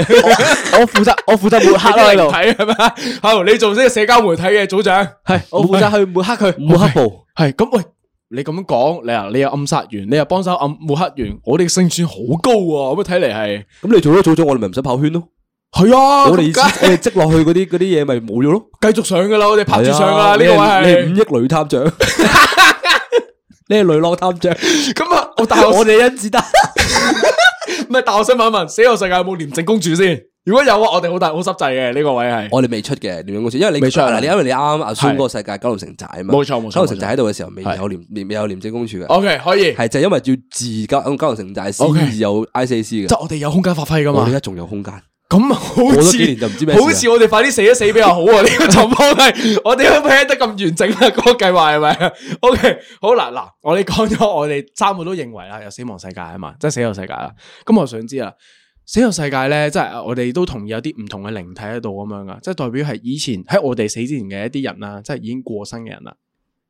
[SPEAKER 4] 我負責我負責抹黑咯喺度，
[SPEAKER 6] 睇係咪 啊？好，你做呢個社交媒體嘅組長，
[SPEAKER 4] 係我負責去抹黑佢，
[SPEAKER 5] 抹黑部
[SPEAKER 6] 係咁喂。你咁樣講，你啊，你又暗殺完，你又幫手暗抹黑完，我哋嘅勝算好高喎！咁啊睇嚟係
[SPEAKER 5] 咁你做咗組長，我哋咪唔使跑圈咯。
[SPEAKER 6] 係啊，
[SPEAKER 5] 我哋
[SPEAKER 6] 咁
[SPEAKER 5] 意思
[SPEAKER 6] 梗
[SPEAKER 5] 我哋積落去嗰啲嗰啲嘢咪冇咗咯。
[SPEAKER 6] 繼續上噶啦，我哋拍住上噶啦，呢個
[SPEAKER 5] 係
[SPEAKER 6] 位
[SPEAKER 5] 啊你係
[SPEAKER 6] 哎係
[SPEAKER 5] 你係五億女探長，你係女郎探 長。
[SPEAKER 6] 咁啊！我大學
[SPEAKER 5] 我哋甄子丹，
[SPEAKER 6] 唔係，但我想問一問，死後世界有冇廉政公署先？如果有啊，我哋好大好濕滯嘅呢個位係。
[SPEAKER 5] 我哋未出嘅廉政公署，因為你
[SPEAKER 6] 未出啊
[SPEAKER 5] 嗱，你因為你啱啱阿孫嗰個世界九龍城寨啊嘛，
[SPEAKER 6] 冇錯冇錯哦
[SPEAKER 5] 九龍城寨喺度嘅時候未有廉未未有廉政公署嘅，
[SPEAKER 6] O K，可以，
[SPEAKER 5] 係就係因為要自九九龍城寨先
[SPEAKER 6] OK
[SPEAKER 5] 至有 I C C
[SPEAKER 6] 即
[SPEAKER 5] 嘅，
[SPEAKER 6] 係我哋有空間發揮噶
[SPEAKER 5] 我哋而
[SPEAKER 6] 嘛。
[SPEAKER 5] 家仲有空間。
[SPEAKER 6] 咁好
[SPEAKER 5] 過多
[SPEAKER 6] 似
[SPEAKER 5] 幾年就唔知咩事啦啊
[SPEAKER 6] 好似我哋快啲死一死比較好啊！呢個狀況係我哋都 plan 得咁完整啊，嗰個計劃係咪？O K，好啦，嗱，我哋講咗，我哋三個都認為啦，有死亡世界啊嘛，即係死後世界啦。咁我想知啦，死後世界咧，即係我哋都同意有啲唔同嘅靈體喺度咁樣啊噶，即係代表係以前喺我哋死之前嘅一啲人啦，即係已經過身嘅人啦。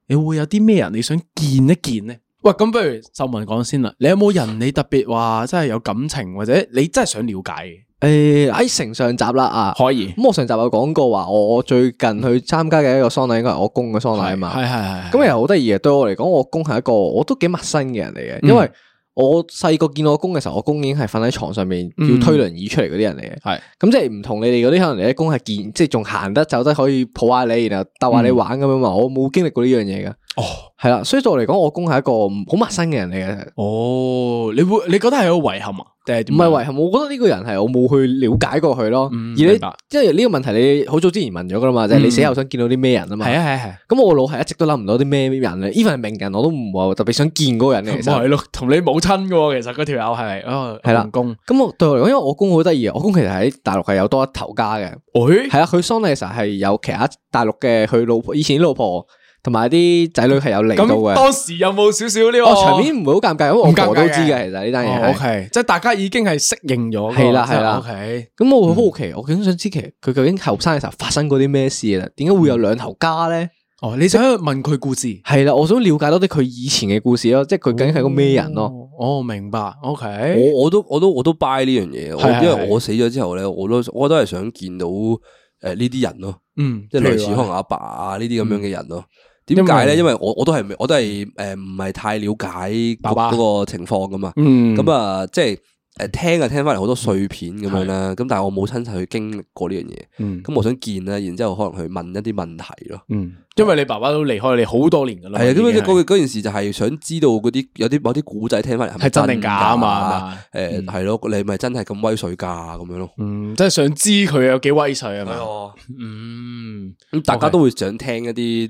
[SPEAKER 6] 你會有啲咩人你想見一見呢？喂，咁不如秀文講先啦，你有冇人你特別話真係有感情或者你真係想了解嘅？嗯
[SPEAKER 4] 誒喺成上集啦啊，
[SPEAKER 6] 可以
[SPEAKER 4] 咁我上集有講過話，我最近去參加嘅一個喪禮應該係我公嘅喪禮啊嘛。
[SPEAKER 6] 係係
[SPEAKER 4] 咁
[SPEAKER 6] 係。
[SPEAKER 4] 其實好得意嘅，對我嚟講，我公係一個我都幾陌生嘅人嚟嘅，因為我細個見我公嘅時候，我公已經係瞓喺床上面要推輪椅出嚟嗰啲人嚟嘅。
[SPEAKER 6] 嗯係
[SPEAKER 4] 咁即係唔同你哋嗰啲可能你啲公係健，即係仲行得走得可以抱下你，然後逗下你玩咁樣嘛。我冇經歷過呢樣嘢噶。
[SPEAKER 6] 嗯哦，
[SPEAKER 4] 係啦，所以對我嚟講，我公係一個好陌生嘅人嚟嘅。
[SPEAKER 6] 哦，你會你覺得係有遺憾啊？定係
[SPEAKER 4] 唔
[SPEAKER 6] 點
[SPEAKER 4] 係
[SPEAKER 6] 樣
[SPEAKER 4] 遺憾，我覺得呢個人係我冇去了解過佢咯。
[SPEAKER 6] 嗯
[SPEAKER 4] 而你
[SPEAKER 6] 明白
[SPEAKER 4] 即係呢個問題，你好早之前問咗噶啦嘛，就係、你死後想見到啲咩人啊嘛。
[SPEAKER 6] 嗯係啊係啊
[SPEAKER 4] 咁我腦係一直都諗唔到啲咩人嚟，even 係名人我都唔係特別想見嗰個人
[SPEAKER 6] 係。
[SPEAKER 4] 嘅。
[SPEAKER 6] 唔
[SPEAKER 4] 其實
[SPEAKER 6] 係咯，同你冇親嘅喎，其實嗰條友係哦，
[SPEAKER 4] 係啦
[SPEAKER 6] 公公。
[SPEAKER 4] 咁我對我嚟講，因為我公好得意啊，我公其實喺大陸係有多一頭家嘅，
[SPEAKER 6] 誒，
[SPEAKER 4] 係啊，佢喪禮嘅時候係有其他大陸嘅佢老婆，以前啲老婆同埋啲仔女係有嚟到
[SPEAKER 6] 咁
[SPEAKER 4] 嘅。
[SPEAKER 6] 當時有冇少少呢個？
[SPEAKER 4] 哦，場面唔會好尷尬，因為我
[SPEAKER 6] 唔尷尬
[SPEAKER 4] 婆都知
[SPEAKER 6] 嘅
[SPEAKER 4] 嘅，其實呢單嘢
[SPEAKER 6] 哦
[SPEAKER 4] 係。
[SPEAKER 6] ，OK，即係大家已經係適應咗㗎。
[SPEAKER 4] 係啦係啦
[SPEAKER 6] O K，
[SPEAKER 4] 咁我會好
[SPEAKER 6] 嗯
[SPEAKER 4] 奇，我幾想知其實佢究竟後生嘅時候發生過啲咩事啦？點解會有兩頭家咧？
[SPEAKER 6] 哦，你想問佢故事？
[SPEAKER 4] 係啦，我想了解多啲佢以前嘅故事咯，即係佢究竟係個咩人咯？哦
[SPEAKER 6] 哦，明白。O K，
[SPEAKER 5] 我我都我都我都 buy 呢樣嘢，我
[SPEAKER 6] 係係
[SPEAKER 5] 因為我死咗之後咧，我都我都係想見到诶呢啲人咯，
[SPEAKER 6] 嗯，
[SPEAKER 5] 即係類似
[SPEAKER 6] 譬
[SPEAKER 5] 可
[SPEAKER 6] 如話嗯
[SPEAKER 5] 能阿爸啊呢啲咁樣嘅人咯。點解咧？
[SPEAKER 6] 因
[SPEAKER 5] 因為我我都係我都係诶唔係太了解
[SPEAKER 6] 爸爸
[SPEAKER 5] 嗰嗰個情況噶嘛，
[SPEAKER 6] 嗯
[SPEAKER 5] 咁啊即係诶聽啊聽翻嚟好多碎片咁樣啦，咁但係我冇親身去經歷過呢樣嘢，
[SPEAKER 6] 嗯
[SPEAKER 5] 咁我想見啦，然之後可能去問一啲問題咯。
[SPEAKER 6] 嗯，因為你爸爸都離開你好多年噶啦，
[SPEAKER 5] 係啊，
[SPEAKER 6] 已經
[SPEAKER 5] 咁樣嗰嗰件事就係想知道嗰啲有啲某啲古仔聽翻嚟係咪
[SPEAKER 6] 係真定假啊
[SPEAKER 5] 㗎
[SPEAKER 6] 嘛係嘛
[SPEAKER 5] 誒係咯，你係咪真係咁威水㗎咁樣咯。
[SPEAKER 6] 嗯，即係想知佢有幾威水啊嘛，
[SPEAKER 5] 啊，
[SPEAKER 6] 嗯，
[SPEAKER 5] 咁大家都會想聽一啲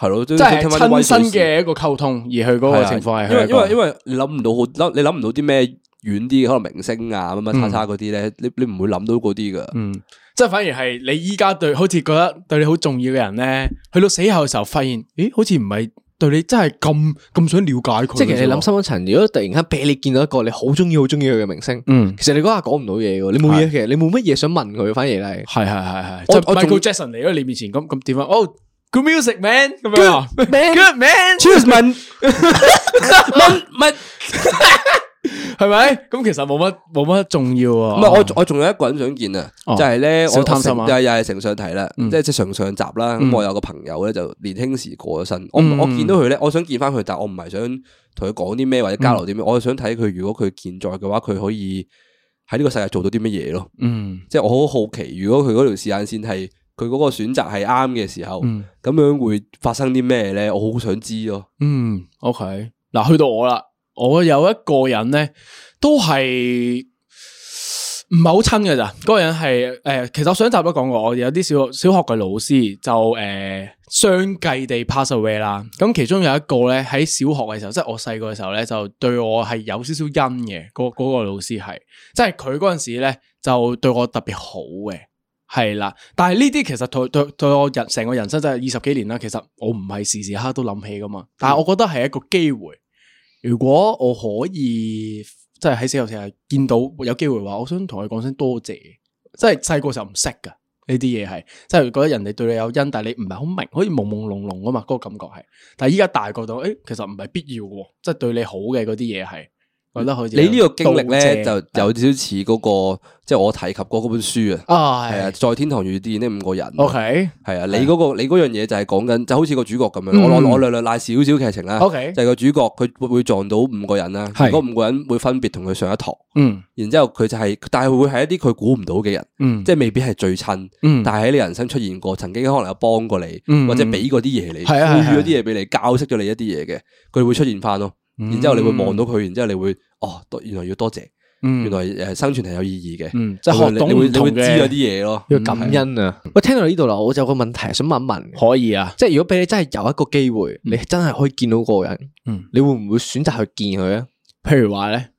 [SPEAKER 5] 係咯，即
[SPEAKER 6] 即係親身嘅一個溝通，而佢嗰個情況係
[SPEAKER 5] 啊因為因為因
[SPEAKER 6] 為
[SPEAKER 5] 為你諗唔到好，你諗唔到啲咩遠啲嘅可能明星啊乜乜叉叉嗰啲咧，你你唔會諗到嗰啲噶。
[SPEAKER 6] 嗯，即係反而係你依家對好似覺得對你好重要嘅人咧，去到死後嘅時候發現，咦，好似唔係對你真係咁咁想了解佢，
[SPEAKER 4] 即係其實你諗，深一層，如果突然間俾你見到一個你好中意、好中意佢嘅明星，
[SPEAKER 6] 嗯，
[SPEAKER 4] 其實你嗰下講唔到嘢嘅，你冇嘢其實你冇乜嘢想問佢，反而係
[SPEAKER 6] 係係係係，
[SPEAKER 4] 我
[SPEAKER 6] 即係
[SPEAKER 4] 我仲
[SPEAKER 6] Michael Jackson 嚟咗你面前咁咁點啊？哦，Good music man 咁樣啊
[SPEAKER 4] man，
[SPEAKER 6] ，Good man。
[SPEAKER 5] Cheers 問問問，
[SPEAKER 6] 系咪？咁其實冇乜冇乜重要
[SPEAKER 5] 唔
[SPEAKER 6] 啊。
[SPEAKER 5] 係我我仲有一個人想見啊，就係咧
[SPEAKER 6] 哦
[SPEAKER 5] 我
[SPEAKER 6] 小貪心啊嗯
[SPEAKER 5] 我成又係成上題啦，即係即係上上集啦。咁我有個朋友咧就年輕時過咗身，我
[SPEAKER 6] 嗯
[SPEAKER 5] 唔我見到佢咧，我想見翻佢，但我唔係想同佢講啲咩或者交流啲
[SPEAKER 6] 嗯
[SPEAKER 5] 咩，我係想睇佢如果佢健在嘅話，佢可以喺呢個世界做到啲乜嘢咯。
[SPEAKER 6] 嗯
[SPEAKER 5] 即系我好好奇，如果佢嗰條時間線係佢嗰個選擇係啱嘅時候，咁、
[SPEAKER 6] 嗯
[SPEAKER 5] 樣會發生啲咩咧？我好想知咯。
[SPEAKER 6] 嗯，OK。嗱，去到我啦，我有一個人咧，都係唔係好親嘅咋？嗰、個人係诶、呃其實我上集都講過，我有啲小學小學嘅老師就诶、呃相繼地 pass away 啦。咁其中有一個咧喺小學嘅時候，即係我細個嘅時候咧，就對我係有少少恩嘅。嗰、嗰個老師係，即係佢嗰阵时咧就對我特別好嘅。系啦，但系呢啲其實對對對我人成個人生真係二十幾年啦，其實我唔係時時刻刻都諗起噶嘛，但系我覺得係一個機會。如果我可以即係喺死後成日見到有機會話，我想同佢講聲多謝。即係細個時候唔識噶呢啲嘢係，即係覺得人哋對你有恩，但係你唔係好明，好似朦朦朧朧啊嘛，嗰、個感覺係。但係依家大個到，誒、其實唔係必要嘅喎，即係對你好嘅嗰啲嘢係，覺得好似
[SPEAKER 5] 你呢個經歷咧，
[SPEAKER 6] 有
[SPEAKER 5] 就
[SPEAKER 6] 嗯道謝
[SPEAKER 5] 有少少似嗰個，即係我提及過嗰本書啊。
[SPEAKER 6] 啊，
[SPEAKER 5] 係啊，
[SPEAKER 6] 係
[SPEAKER 5] 在天堂遇見呢五個人。
[SPEAKER 4] 嗯
[SPEAKER 6] ，OK
[SPEAKER 5] 係啊，你嗰個你嗰樣嘢就係講緊，就好似個主角咁樣。我我我略略拉少少劇情
[SPEAKER 4] 啊
[SPEAKER 5] 啦。
[SPEAKER 6] 嗯 OK，
[SPEAKER 5] 就係個主角佢會會撞到五個人啦，
[SPEAKER 6] 係
[SPEAKER 5] 嗰五個人會分別同佢上一堂，
[SPEAKER 6] 嗯
[SPEAKER 5] 然之後佢就係、但係會係一啲佢估唔到嘅人，
[SPEAKER 6] 嗯，
[SPEAKER 5] 即係未必係最親，
[SPEAKER 6] 嗯
[SPEAKER 5] 但係喺你人生出現過，曾經可能有幫過你，
[SPEAKER 6] 嗯
[SPEAKER 5] 或者俾過啲嘢你，
[SPEAKER 6] 係啊係啊
[SPEAKER 5] 賦予咗啲嘢俾你，教識咗你一啲嘢嘅，佢會出現翻咯。
[SPEAKER 6] 嗯
[SPEAKER 5] 然之後你會望到佢，然之後你會哦，多原來要多謝，原來誒呃生存係有意義嘅，
[SPEAKER 6] 嗯即係學
[SPEAKER 5] 你會
[SPEAKER 6] 懂
[SPEAKER 5] 你會
[SPEAKER 6] 唔
[SPEAKER 5] 你會
[SPEAKER 6] 同
[SPEAKER 5] 知
[SPEAKER 6] 嘅
[SPEAKER 5] 咗啲嘢咯。
[SPEAKER 4] 要感
[SPEAKER 6] 嗯
[SPEAKER 4] 恩啊！喂，聽到呢度啦，我就有個問題想問一問，
[SPEAKER 6] 可以啊，
[SPEAKER 4] 即係如果俾你真係有一個機會，你真係可以見到嗰個人，
[SPEAKER 6] 嗯
[SPEAKER 4] 你會唔會選擇去見佢啊？
[SPEAKER 6] 譬如話咧，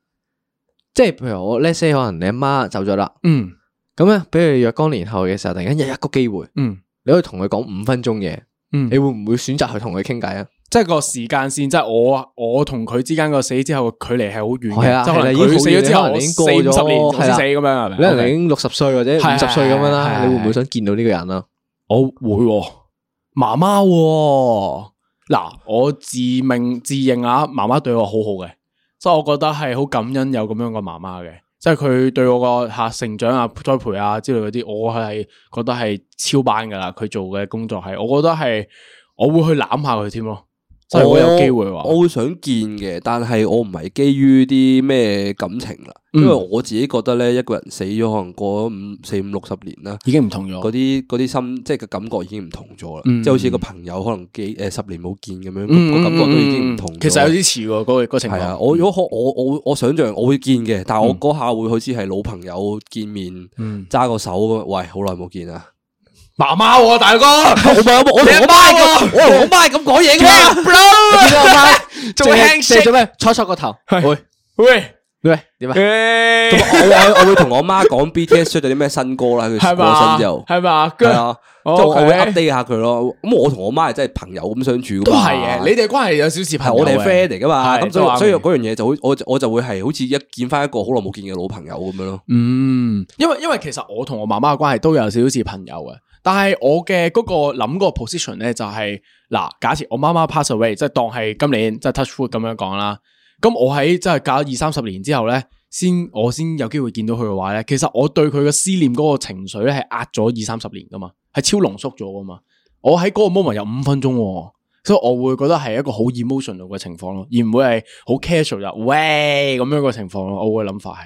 [SPEAKER 4] 即係譬如我 let's say 可能你阿媽走咗啦，
[SPEAKER 6] 嗯
[SPEAKER 4] 咁咧俾你若干年後嘅時候，突然間有一個機會，
[SPEAKER 6] 嗯
[SPEAKER 4] 你可以同佢講五分鐘嘢，
[SPEAKER 6] 嗯
[SPEAKER 4] 你會唔會選擇去同佢傾偈啊？
[SPEAKER 6] 即係個時間線，即係我啊我同佢之間個死之後嘅距離係好遠
[SPEAKER 4] 係啊
[SPEAKER 6] 嘅，即係可
[SPEAKER 4] 係啦
[SPEAKER 6] 能
[SPEAKER 4] 已經好
[SPEAKER 6] 佢死咗
[SPEAKER 4] 遠
[SPEAKER 6] 之
[SPEAKER 4] 可
[SPEAKER 6] 後，
[SPEAKER 4] 能
[SPEAKER 6] 我
[SPEAKER 4] 已經
[SPEAKER 6] 四
[SPEAKER 4] 過
[SPEAKER 6] 五十
[SPEAKER 4] 咗
[SPEAKER 6] 年我
[SPEAKER 4] 係
[SPEAKER 6] 先
[SPEAKER 4] 啦
[SPEAKER 6] 死咁樣係咪？
[SPEAKER 4] 你可能
[SPEAKER 6] OK
[SPEAKER 4] 已經六十歲或者五十歲咁樣啦，
[SPEAKER 6] 嗯係係係
[SPEAKER 4] 你會唔會想見到呢個人啊？
[SPEAKER 6] 我哦會喎媽媽喎嗱，我自命自認啊，媽媽對我好好嘅，所以我覺得係好感恩有咁樣個媽媽嘅，即係佢對我個吓成長啊、栽培啊之類嗰啲，我係覺得係超班噶啦。佢做嘅工作係，我覺得係我會去攬下佢添咯，即係我有機會話，
[SPEAKER 5] 我會想見嘅，但係我唔係基於啲咩感情啦，
[SPEAKER 6] 嗯
[SPEAKER 5] 因為我自己覺得咧，一個人死咗可能過咗五四五六十年啦，
[SPEAKER 6] 已經唔同咗
[SPEAKER 5] 嗰。啲嗰啲心即係個感覺已經唔同咗啦，
[SPEAKER 6] 哦嗯
[SPEAKER 5] 即係好似個朋友可能幾誒十年冇見咁樣，
[SPEAKER 6] 嗯
[SPEAKER 5] 個感覺都已經唔同咗。
[SPEAKER 6] 其實有啲似喎，嗰個嗰個情
[SPEAKER 5] 係啊，
[SPEAKER 6] 況。嗯
[SPEAKER 5] 我如果可我我會我想象我會見嘅，但係我嗰下會好似係老朋友見面，揸個手咁，喂，好耐冇見啊！
[SPEAKER 6] 媽媽喎，大哥，
[SPEAKER 5] 我咪我我同我媽咁，我同我媽咁講嘢噶嘛。
[SPEAKER 6] 做
[SPEAKER 4] 淨係
[SPEAKER 6] handshake
[SPEAKER 4] 淨係做咩？搓搓個頭，喂
[SPEAKER 6] 喂，
[SPEAKER 4] 喂，點啊？
[SPEAKER 5] 同埋我啊我我會同我媽講 BTS 出咗啲咩新歌啦，佢
[SPEAKER 6] 係
[SPEAKER 5] 啊過咗身之後
[SPEAKER 6] 嘛？。係嘛？
[SPEAKER 5] 係啊，即
[SPEAKER 6] 哦
[SPEAKER 5] 係我我會
[SPEAKER 6] OK
[SPEAKER 5] update 下佢咯。咁我同我媽係真係朋友咁相處噶
[SPEAKER 6] 都
[SPEAKER 5] 嘛。
[SPEAKER 6] 係嘅，你哋關係有少似朋
[SPEAKER 5] 係
[SPEAKER 6] 友
[SPEAKER 5] 我哋係
[SPEAKER 6] 嘅
[SPEAKER 5] friend 嚟噶嘛，
[SPEAKER 6] 係
[SPEAKER 5] 咁所
[SPEAKER 6] 都啱
[SPEAKER 5] 以
[SPEAKER 6] 嘅
[SPEAKER 5] 所以嗰樣嘢就好，我就我就會係好似一見翻一個好耐冇見嘅老朋友咁樣咯。
[SPEAKER 6] 嗯，因為因為其實我同我媽媽嘅關係都有少少似朋友嘅，但係我嘅嗰個諗個 position 咧就係、嗱，假設我媽媽 pass away，即係當係今年即係 touch wood 咁樣講啦，咁我喺即係搞二三十年之後咧，先我先有機會見到佢嘅話咧，其實我對佢嘅思念嗰個情緒咧係壓咗二三十年噶嘛，係超濃縮咗噶嘛，我喺嗰個 moment 有五分鐘、喎。所以我會覺得係一個好 emotional 嘅情況咯，而唔會係好 casual 就喂咁樣嘅情況咯。我嘅諗法係。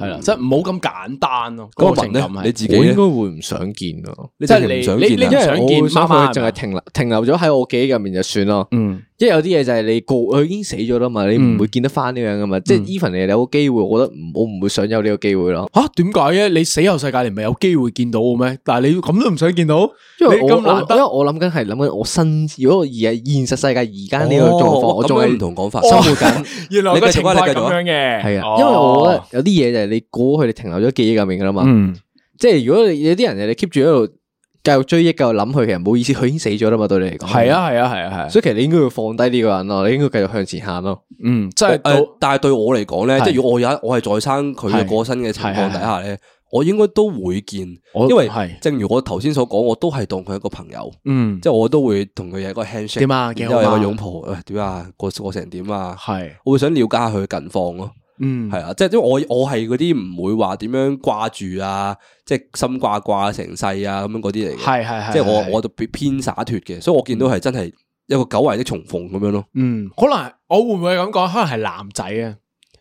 [SPEAKER 6] 系
[SPEAKER 5] 嗯
[SPEAKER 6] 啦，即系唔好咁簡單咯。
[SPEAKER 5] 咁
[SPEAKER 6] 嗰
[SPEAKER 5] 阿
[SPEAKER 6] 個
[SPEAKER 5] 文
[SPEAKER 6] 情感
[SPEAKER 5] 咧，你
[SPEAKER 6] 係，
[SPEAKER 5] 自己
[SPEAKER 4] 我應
[SPEAKER 5] 咧
[SPEAKER 4] 該，會唔想見咯，
[SPEAKER 6] 即
[SPEAKER 5] 你真
[SPEAKER 6] 係
[SPEAKER 5] 係唔想
[SPEAKER 6] 你你
[SPEAKER 5] 見
[SPEAKER 6] 你唔？
[SPEAKER 5] 啊
[SPEAKER 4] 因
[SPEAKER 6] 想
[SPEAKER 4] 為我
[SPEAKER 6] 見
[SPEAKER 4] 會想
[SPEAKER 6] 媽
[SPEAKER 4] 佢
[SPEAKER 6] 媽
[SPEAKER 4] 淨係停留停留咗喺我記憶入面就算咯。
[SPEAKER 6] 嗯
[SPEAKER 4] 因為有啲嘢就係你過佢已經死咗啦嘛，你唔會見得翻呢樣噶嘛。即係 even 你有個機會，我覺得唔我唔會想有呢個機會咯。
[SPEAKER 6] 吓點解嘅？你死後世界你唔係有機會見到嘅咩？但係你咁都唔想見到，
[SPEAKER 4] 因為我
[SPEAKER 6] 你咁
[SPEAKER 4] 我
[SPEAKER 6] 難
[SPEAKER 4] 因
[SPEAKER 6] 得
[SPEAKER 4] 為我諗緊係諗緊我身，如果我而係現實世界而家呢個狀況，
[SPEAKER 5] 哦
[SPEAKER 4] 我
[SPEAKER 5] 咁
[SPEAKER 4] 仲
[SPEAKER 5] 樣
[SPEAKER 4] 係
[SPEAKER 5] 唔同講法，
[SPEAKER 4] 生活緊。
[SPEAKER 6] 原來
[SPEAKER 5] 你繼
[SPEAKER 6] 個
[SPEAKER 5] 續
[SPEAKER 6] 情
[SPEAKER 5] 啊
[SPEAKER 6] 況係
[SPEAKER 5] 你繼續啊
[SPEAKER 6] 咁樣嘅。
[SPEAKER 4] 係
[SPEAKER 6] 哦
[SPEAKER 4] 啊，因為我覺得有啲嘢就係你估佢哋停留咗記憶入面噶啦嘛。
[SPEAKER 6] 嗯
[SPEAKER 4] 即係如果你有啲人你 keep 住喺度繼續追憶、繼續諗佢，其實冇意思，佢已經死咗啦嘛，對你嚟講。
[SPEAKER 6] 係，啊係啊係啊係啊，
[SPEAKER 4] 所以其實你應該要放低呢個人咯，你應該繼續向前行咯。
[SPEAKER 6] 嗯，即係到
[SPEAKER 5] 誒，但係對我嚟講咧，
[SPEAKER 6] 係
[SPEAKER 5] 即係如果我有一我係在生佢嘅過身嘅情況底下咧，我應該都會見，
[SPEAKER 6] 我
[SPEAKER 5] 因為
[SPEAKER 6] 係
[SPEAKER 5] 正如我頭先所講，我都係當佢一個朋友，
[SPEAKER 6] 嗯
[SPEAKER 5] 即係我都會同佢有一個 handshake，
[SPEAKER 6] 點啊幾
[SPEAKER 5] 然
[SPEAKER 6] 好
[SPEAKER 5] 之後
[SPEAKER 6] 啊
[SPEAKER 5] 有個擁抱，喂點啊，過過成點啊，
[SPEAKER 6] 係
[SPEAKER 5] 我會想了解下佢嘅近況咯。
[SPEAKER 6] 嗯
[SPEAKER 5] 系啊，即系因為我我係嗰啲唔會話點樣掛住啊，即係心掛掛成世啊咁樣嗰啲嚟嘅，
[SPEAKER 6] 係係係，
[SPEAKER 5] 即係我
[SPEAKER 6] 係
[SPEAKER 5] 我就偏灑脱嘅，所以我見到係真係一個久違的重逢咁樣咯。
[SPEAKER 6] 嗯，可能我會唔會咁講？可能係男仔啊，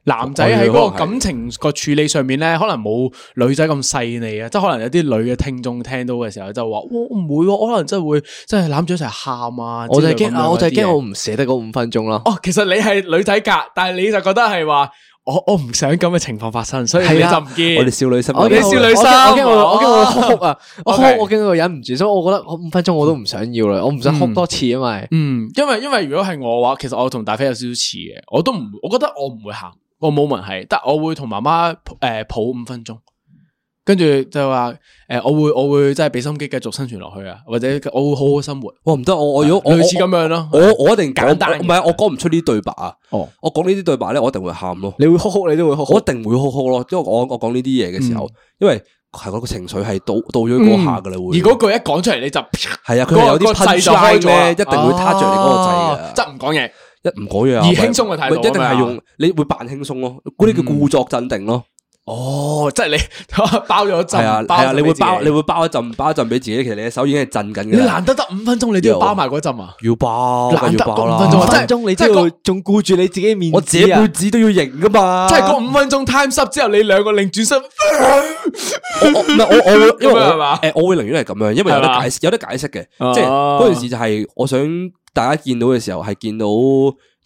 [SPEAKER 6] 男仔喺嗰
[SPEAKER 5] 我覺得可能係
[SPEAKER 6] 個感情個處理上面咧，可能冇女仔咁細膩啊。即係可能有啲女嘅聽眾聽到嘅時候就話：我唔會喎，我可能真係會真係攬住一齊喊啊！
[SPEAKER 4] 我就係
[SPEAKER 6] 之類咁樣嗰啲
[SPEAKER 4] 驚，
[SPEAKER 6] 嘢
[SPEAKER 4] 我就係驚我唔捨得嗰五分鐘咯。
[SPEAKER 6] 哦，其實你係女仔格，但係你就覺得係話我我唔想咁嘅情況發生，所以你
[SPEAKER 4] 係啊
[SPEAKER 6] 就唔嗯見。
[SPEAKER 5] 我哋少女心，
[SPEAKER 4] 我
[SPEAKER 5] 我
[SPEAKER 6] 少
[SPEAKER 5] 哋少
[SPEAKER 6] 女
[SPEAKER 5] 女，
[SPEAKER 6] 心
[SPEAKER 4] 我驚我我驚我
[SPEAKER 6] 哦
[SPEAKER 4] 我哭啊！我哭
[SPEAKER 6] OK
[SPEAKER 4] 我驚我忍唔住，所以我覺得我五分鐘我都唔想要啦，我唔想哭多次，啊因為
[SPEAKER 6] 嗯，因為因為如果係我嘅話，其實我同大飛有少少似嘅，我都唔，我覺得我唔會喊，個 moment 係，但我會同媽媽誒抱五分鐘，跟住就話诶、誒我會我會真係俾心機繼續生存落去啊，或者我會好好生活，
[SPEAKER 5] 哇唔得，我我如果我
[SPEAKER 6] 類似咁樣咯。
[SPEAKER 5] 我我一定講
[SPEAKER 6] 簡單嘅
[SPEAKER 5] 唔係我講唔出呢啲對白啊。
[SPEAKER 6] 哦
[SPEAKER 5] 我講呢啲對白咧，我一定會喊咯。
[SPEAKER 4] 你會哭哭，你都會哭哭
[SPEAKER 5] 我一。定會哭哭咯，因為我我講呢啲嘢嘅時
[SPEAKER 6] 嗯
[SPEAKER 5] 候，因為係我個情緒係到到咗嗰下噶啦，
[SPEAKER 6] 嗯而
[SPEAKER 5] 會
[SPEAKER 6] 嗰句一講出嚟你就
[SPEAKER 5] 係啊，佢
[SPEAKER 6] 嗰
[SPEAKER 5] 係
[SPEAKER 6] 個
[SPEAKER 5] 有啲
[SPEAKER 6] 嗰個掣
[SPEAKER 5] punch
[SPEAKER 6] 就開
[SPEAKER 5] line
[SPEAKER 6] 咗
[SPEAKER 5] 咧，
[SPEAKER 6] 啦
[SPEAKER 5] 一定會撻着你嗰個掣
[SPEAKER 6] 哦
[SPEAKER 5] 嘅，
[SPEAKER 6] 則唔講嘢，
[SPEAKER 5] 一唔嗰樣啊
[SPEAKER 6] 以輕鬆嘅態度
[SPEAKER 5] 唔係一定
[SPEAKER 6] 啊嗯
[SPEAKER 5] 係
[SPEAKER 6] 嘛
[SPEAKER 5] 用你會扮輕鬆咯，嗰啲叫故作鎮定咯，
[SPEAKER 6] 哦，即係你 包咗
[SPEAKER 5] 係啊
[SPEAKER 6] 陣，
[SPEAKER 5] 係啊，你會包你
[SPEAKER 6] 會
[SPEAKER 5] 會包一陣包一陣俾自己，其實你嘅手已經係震緊
[SPEAKER 6] 你
[SPEAKER 5] 嘅啦，
[SPEAKER 6] 難得得五分鐘，你都要包埋嗰陣啊！
[SPEAKER 5] 要包
[SPEAKER 6] 難得
[SPEAKER 5] 要包
[SPEAKER 6] 五分
[SPEAKER 5] 啦
[SPEAKER 6] 鐘
[SPEAKER 4] 五
[SPEAKER 6] 啊，
[SPEAKER 4] 分鐘你
[SPEAKER 6] 即係
[SPEAKER 4] 都要
[SPEAKER 6] 個
[SPEAKER 4] 仲顧住你自己面
[SPEAKER 5] 我自己
[SPEAKER 4] 子啊
[SPEAKER 5] 輩！子都要型噶嘛，
[SPEAKER 6] 即係嗰五分鐘 time up 之後，你兩個擰轉身，
[SPEAKER 5] 我唔係我 我會因為
[SPEAKER 6] 咁樣係
[SPEAKER 5] 我
[SPEAKER 6] 嘛啊
[SPEAKER 5] 誒，我會寧願係咁樣，因為有得解有得解釋嘅，即係
[SPEAKER 6] 哦
[SPEAKER 5] 嗰陣時就係我想大家見到嘅時候係見到